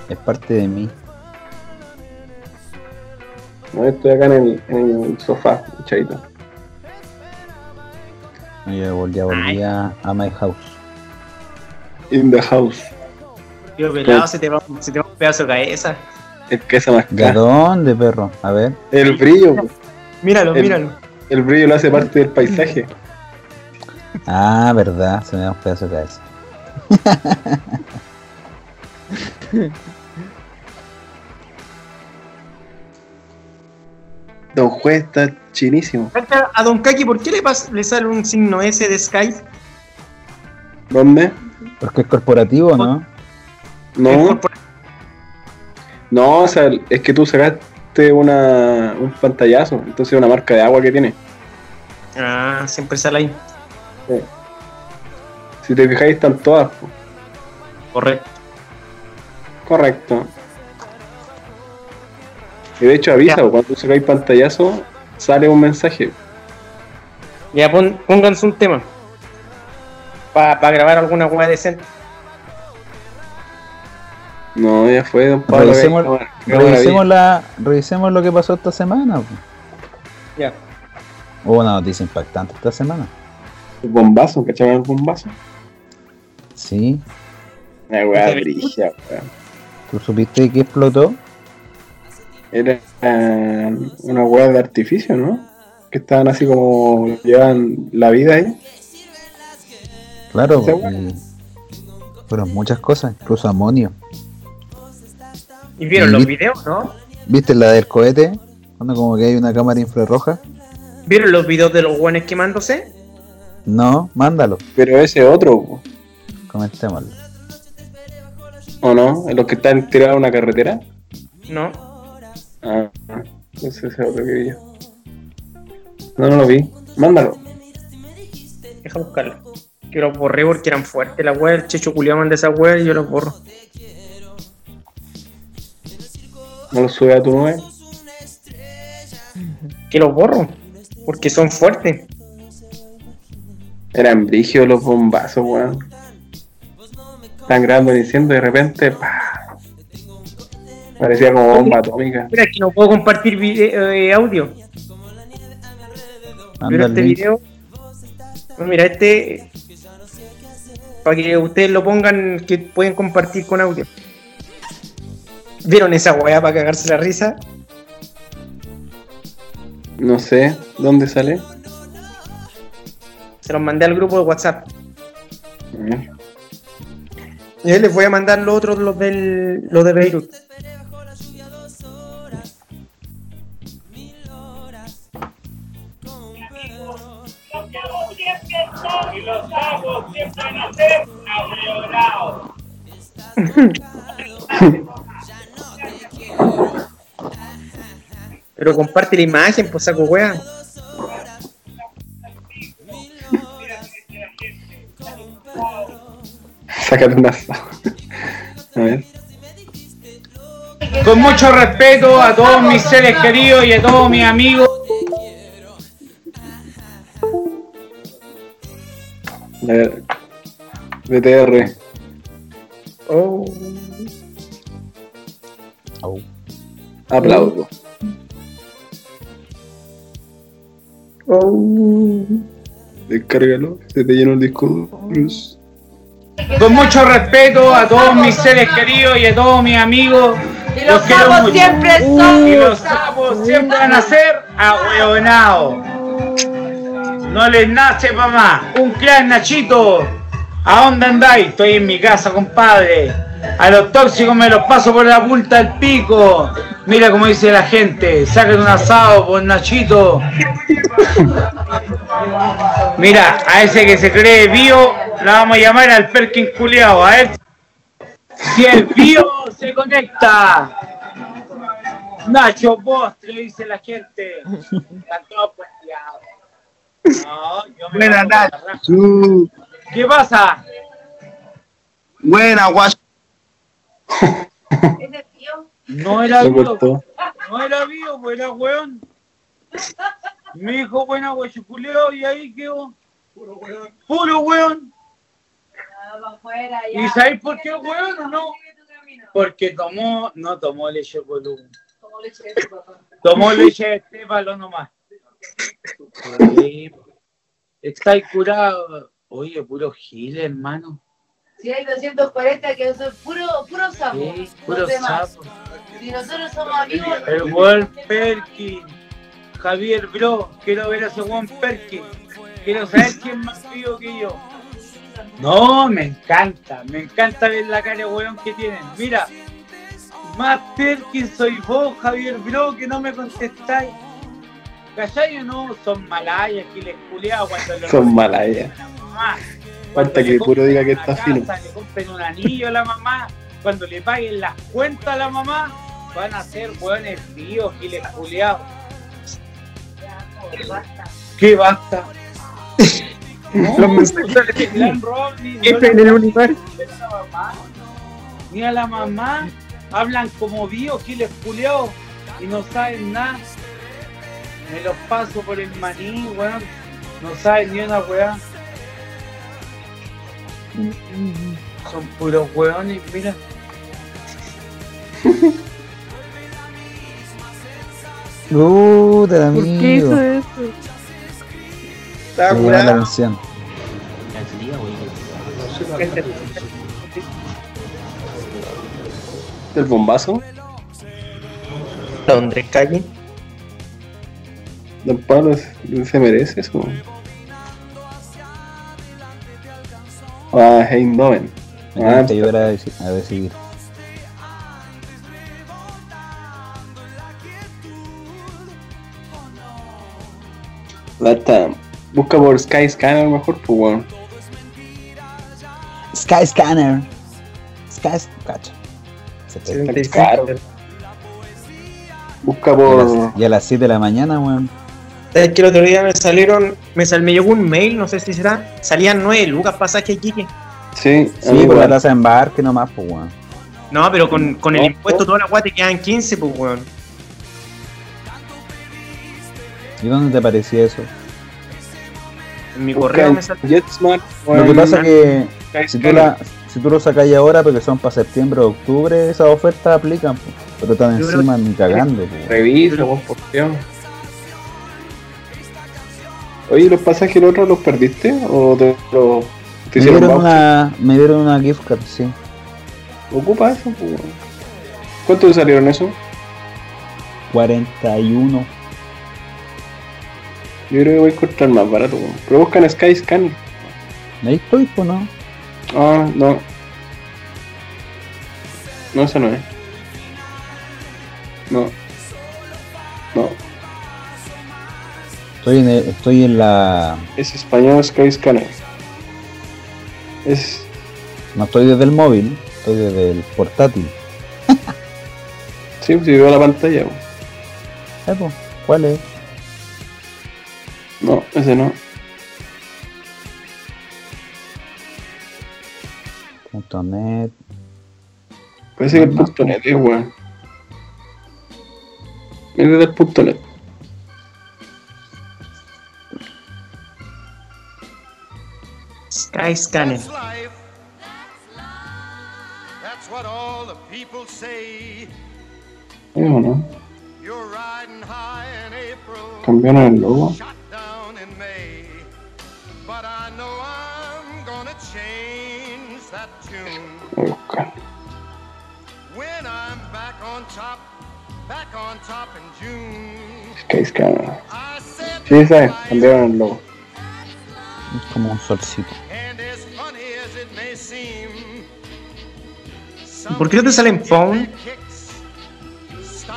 S2: Es parte de mí.
S4: No, estoy acá en el, en el sofá, chavito.
S2: No, Yo volví, a- volví a, a my house.
S4: In the house.
S5: Tío pelado, se te, va, se te va un pedazo de cabeza.
S4: El queso más
S2: ¿De
S4: caro.
S2: dónde, perro? A ver.
S4: El brillo.
S5: Míralo,
S4: El-
S5: míralo.
S4: El brillo lo hace parte del paisaje.
S2: Ah, verdad, se me da un pedazo de cabeza.
S4: Don Juez está chinísimo.
S5: Cacha, A Don Kaki, ¿por qué le, pas- le sale un signo S de Skype?
S4: ¿Dónde?
S2: Porque es corporativo, ¿no?
S5: Es
S4: No,
S5: corpora-
S4: no, o sea, es que tú sacaste una, un pantallazo, entonces es una marca de agua que tiene.
S5: Ah, siempre sale ahí.
S4: Si te fijáis, están todas. po.
S5: Correcto.
S4: Correcto. Y de hecho avisa, po, cuando sacáis pantallazo, sale un mensaje.
S5: Ya pon, pónganse un tema. Para grabar alguna hueá decente.
S4: No, ya fue, don Pablo.
S2: Revisemos-
S4: ahí, cámara, cámara,
S2: Revisemos, la, revisemos lo que pasó esta semana. po.
S5: Ya.
S2: Hubo una noticia impactante esta semana.
S4: bien. El bombazo, ¿cachaban el bombazo?
S2: Sí.
S4: Una weá brilla, weá.
S2: ¿Tú supiste que explotó?
S4: Era eh, una weá de artificio, ¿no? Que estaban así como llevan la vida ahí.
S2: Claro.
S4: Sí,
S2: po, y Fueron muchas cosas, incluso amonio.
S5: ¿Y vieron los
S2: Y-
S5: videos, no?
S2: ¿Viste la del cohete? Cuando como que hay una cámara infrarroja.
S5: ¿Vieron los videos de los hueones quemándose?
S2: No, mándalo,
S4: Pero ese otro, po,
S2: comentémoslo.
S4: ¿o no? Los que están tirados a una carretera.
S5: No.
S4: Ah, ese es otro que vi yo. No, no lo vi. Mándalo.
S5: Deja buscarlo. Yo los borré porque eran fuertes la web. El Checho Culiao manda esa web y yo los borro.
S4: No lo sube a tu nube.
S5: que los borro, porque son fuertes.
S4: Eran brigios los bombazos, weón. Están grabando diciendo y de repente, pa. Parecía como bomba atómica.
S5: Mira, que no puedo compartir video- eh, audio, pero este video. no, Mira, este. Para que ustedes lo pongan, que pueden compartir con audio. ¿Vieron esa weá para cagarse la risa?
S4: No sé, ¿dónde sale?
S5: Se los mandé al grupo de WhatsApp.
S4: Mm.
S5: Yo les voy a mandar los otros, los, del, los de Beirut. Pero comparte la imagen, pues saco wea.
S4: (laughs) Sácate un asado. A ver.
S8: Con mucho respeto a todos mis seres queridos y a todos mis amigos.
S4: A ver. BTR.
S5: Oh.
S4: Aplaudo. Descárgalo, se te llena el disco duro. Bruce.
S8: Con mucho respeto a todos mis seres queridos y a todos mis amigos.
S9: Y los
S8: quiero
S9: sapos
S8: mucho.
S9: siempre son-
S8: Y los sapos siempre van a ser ahueonados. No les nace, mamá. Un clan Nachito. ¿A dónde andáis? Estoy en mi casa, compadre. A los tóxicos me los paso por la punta del pico. Mira cómo dice la gente. Saquen un asado por Nachito. Mira, a ese que se cree bio, la vamos a llamar al Perkin culiao. A este ver si el bio se conecta. Nacho Postre, dice la gente. Están todos puesteados. No, yo me
S10: Buena,
S8: voy a la
S10: Nacho.
S8: raja. ¿Qué pasa?
S10: Buena, guacho.
S8: No era
S4: Lo
S8: bio,
S4: cortó.
S8: no era bio, pues era weón. Me dijo buena huechuculeo y ahí quedó. Puro weón. ¿Y sabéis por qué, weón, o no? Porque tomó, no tomó leche de columna. Tomó leche de estéfalo nomás. Está ahí curado. Oye, puro gil, hermano.
S9: Si hay 240 que son puro, puro sapo.
S8: Sí,
S9: los
S8: puro
S9: demás.
S8: sapo.
S9: Si nosotros somos amigos,
S8: El buen Perkin. Javier, bro, quiero ver a ese buen Perkin. Quiero saber quién es más vivo que yo. No, me encanta. Me encanta ver la cara de weón que tienen. Mira, más Perkin soy vos, Javier, bro, que no me contestáis. ¿Cachai o no? Son malayas, que les culeaba cuando Ah, los-
S4: Son malayas. Falta que el puro diga que está fino.
S8: Le compren un anillo a la mamá, cuando le paguen las cuentas a la mamá, van a ser hueones fríos, giles culiados. ¿Qué basta? No, le han robado ni- no le han
S5: el universo.
S8: robado a la mamá, Ni a la mamá hablan como vio, giles culiados, y no saben nada. Me los paso por el maní, weón. No saben ni una weá. Son puros hueones, mira.
S11: Puta,
S6: ¿Por qué
S11: amigo.
S6: hizo eso?
S5: Estaba
S11: Muy buena la
S5: curado.
S11: canción.
S4: ¿El bombazo?
S5: Londres Calle.
S4: Don Pablo se se merece eso. Ah, Eindhoven. Ah,
S11: Te ayudará a deci- a decidir.
S4: basta. Busca por Sky Scanner mejor, pues weón.
S11: Sky Scanner. Sky Cacha. Se te-
S4: caro. Busca por.
S11: Y a las 7 de la mañana, weón.
S5: ¿Sabes que el otro día me salieron, me, sal, me llegó un mail, no sé si será, salían nueve lucas pasaje Quique.
S4: Sí, a mí
S11: Sí, por la
S4: igual.
S11: tasa de embarque nomás, pues, weón.
S5: No, pero con, con el
S4: No,
S5: impuesto toda la weá te quedan 15, pues weón.
S2: ¿Y dónde te aparecía eso?
S5: En mi correo me sale.
S2: Lo que pasa que si tú, la, si tú lo sacáis ahora, porque son para septiembre o octubre, esas ofertas aplican, po. pero están
S5: Yo
S2: encima ni cagando. po.
S4: Revisa, vos, por Dios. Oye, ¿los pasajes otros los perdiste? ¿O te, lo, te
S2: Me
S4: hicieron
S2: dieron,
S4: voucher?
S2: una, me dieron una gift card, sí.
S4: ¿Ocupa eso? po? ¿Cuánto te salieron eso?
S2: 41.
S4: Yo creo que voy a encontrar más barato. po. Pero buscan Sky Scan.
S2: Ahí estoy, pues no.
S4: Ah, no. No, esa no es. No. No.
S2: Estoy en, el- estoy en la.
S4: Es español Sky Scanner. Es.
S2: No estoy desde el móvil, estoy desde el portátil.
S4: Sí, pues, si veo la pantalla. po.
S2: Eh, po, ¿Cuál es?
S4: No, ese no.
S2: Punto net.
S4: Parece que el punto net es weón. Es desde el punto net.
S5: Sky Scanner.
S4: ¿Sí o no? Cambiaron el logo. Voy a buscar. Sky Scanner. Sí, esa es. Cambiaron el logo.
S2: Es como un solcito.
S5: ¿Por qué no te salen phone?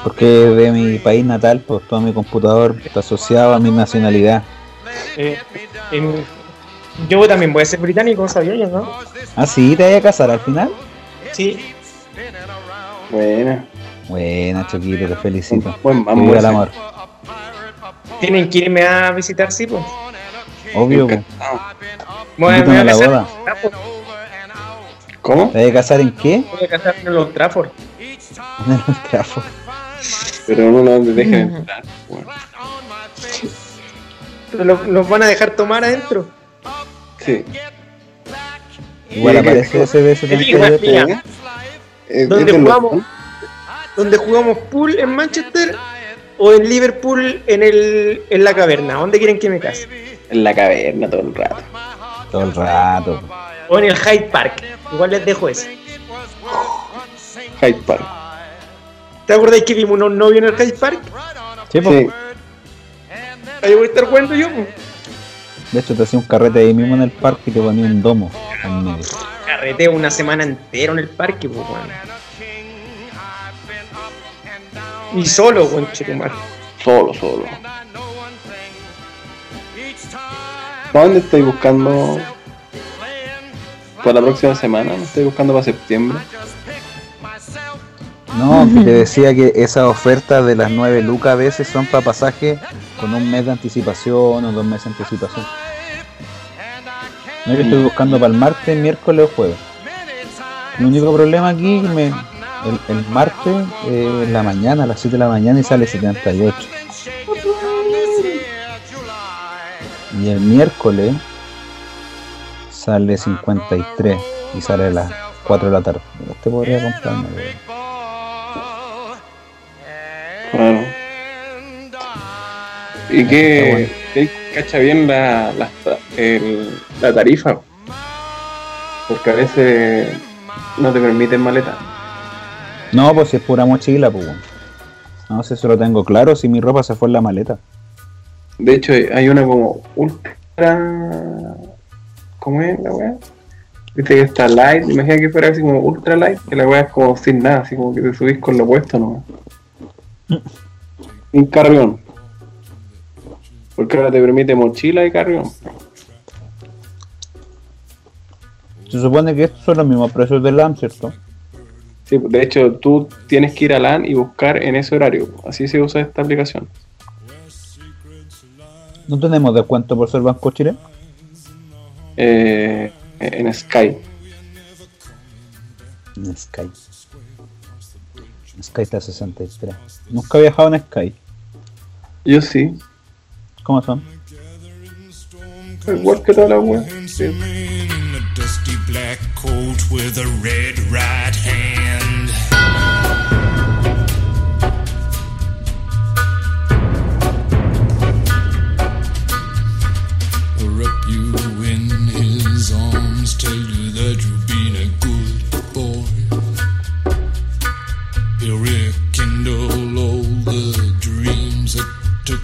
S2: Porque de mi país natal, pues todo mi computador está asociado a mi nacionalidad.
S5: Eh, em, yo también voy a ser británico, sabía yo, ¿no?
S2: Ah, sí, te vas a casar al final.
S5: Sí.
S4: Buena.
S5: Ah,
S2: Buena, Choquito, te felicito.
S4: Buen mambo
S2: Viva el
S4: ese.
S2: amor.
S5: Tienen que irme a visitar, sí, pues.
S2: Obvio, po. Invítame a la
S5: casar
S2: boda.
S5: en Trafford,
S4: ¿Cómo?
S2: ¿Te vas a casar en qué? (laughs)
S5: voy a casar en los Trafford.
S2: En el trafo.
S4: Pero no lo dejen entrar. weón.
S5: Pero lo- los van a dejar tomar adentro.
S4: Sí.
S2: Igual
S4: Eh,
S2: aparece ese de ese
S5: Sí, igual, mira.
S4: Eh,
S5: ¿Dónde
S4: este lo-
S5: jugamos? ¿Dónde jugamos pool en Manchester o en Liverpool en, el, en la caverna? ¿Dónde quieren que me case?
S4: En la caverna todo el rato.
S2: Todo el rato. po.
S5: O en el Hyde Park. Igual les dejo ese.
S4: Hyde Park.
S5: ¿Te acordáis que vimos un novio en el Hyde Park?
S2: Sí, po.
S4: Sí.
S5: Ahí voy a estar jugando yo. po.
S2: De hecho, te hacía un carrete ahí mismo en el parque y te ponía un domo en medio.
S5: Carreteo una semana entera en el parque, pues, weón. Y solo, weón, chetumar.
S4: Solo, solo. ¿Para dónde estoy buscando? Para la próxima semana, me estoy buscando para septiembre.
S2: No, que te decía que esas ofertas de las 9 lucas a veces son para pasaje con un mes de anticipación o dos meses de anticipación. No, yo estoy buscando para el martes, miércoles o jueves. El único problema aquí es que me, el, el martes eh, en la mañana, a las 7 de la mañana y sale 78. Y el miércoles sale 53 y sale a las 4 de la tarde. Este
S1: É,
S2: podría comprarme. pero-
S4: Claro.
S2: Ah,
S4: ¿Y qué, qué cacha bien la, la, el- la tarifa? Porque a veces no te permiten maleta.
S2: No, pues si es pura mochila, pues. weón. No sé si eso lo tengo claro, si mi ropa se fue en la maleta.
S4: De hecho, hay una como ultra. ¿Cómo es la weá? Viste que está light, imagina que fuera así como ultra light, que la weá es como sin nada, así como que te subís con lo puesto nomás.
S2: Mm.
S4: Sin carrión. Porque ahora te permite mochila y carrión.
S2: Se supone que estos son los mismos precios del LAM, ¿cierto?
S4: Sí, de hecho, tú tienes que ir a LAN y buscar en ese horario. Así se usa esta aplicación.
S2: ¿No tenemos descuento por ser Banco Chile?
S4: Eh, en Sky.
S2: En Sky. Sky está a 63. Nunca he viajado en Sky.
S4: Yo sí.
S2: ¿Cómo son?
S4: Igual que toda la wea. Sí.
S8: dusty black coat with a red right hand. Wrap you in his arms, tell you that you've been a good boy. He'll rekindle all the dreams that took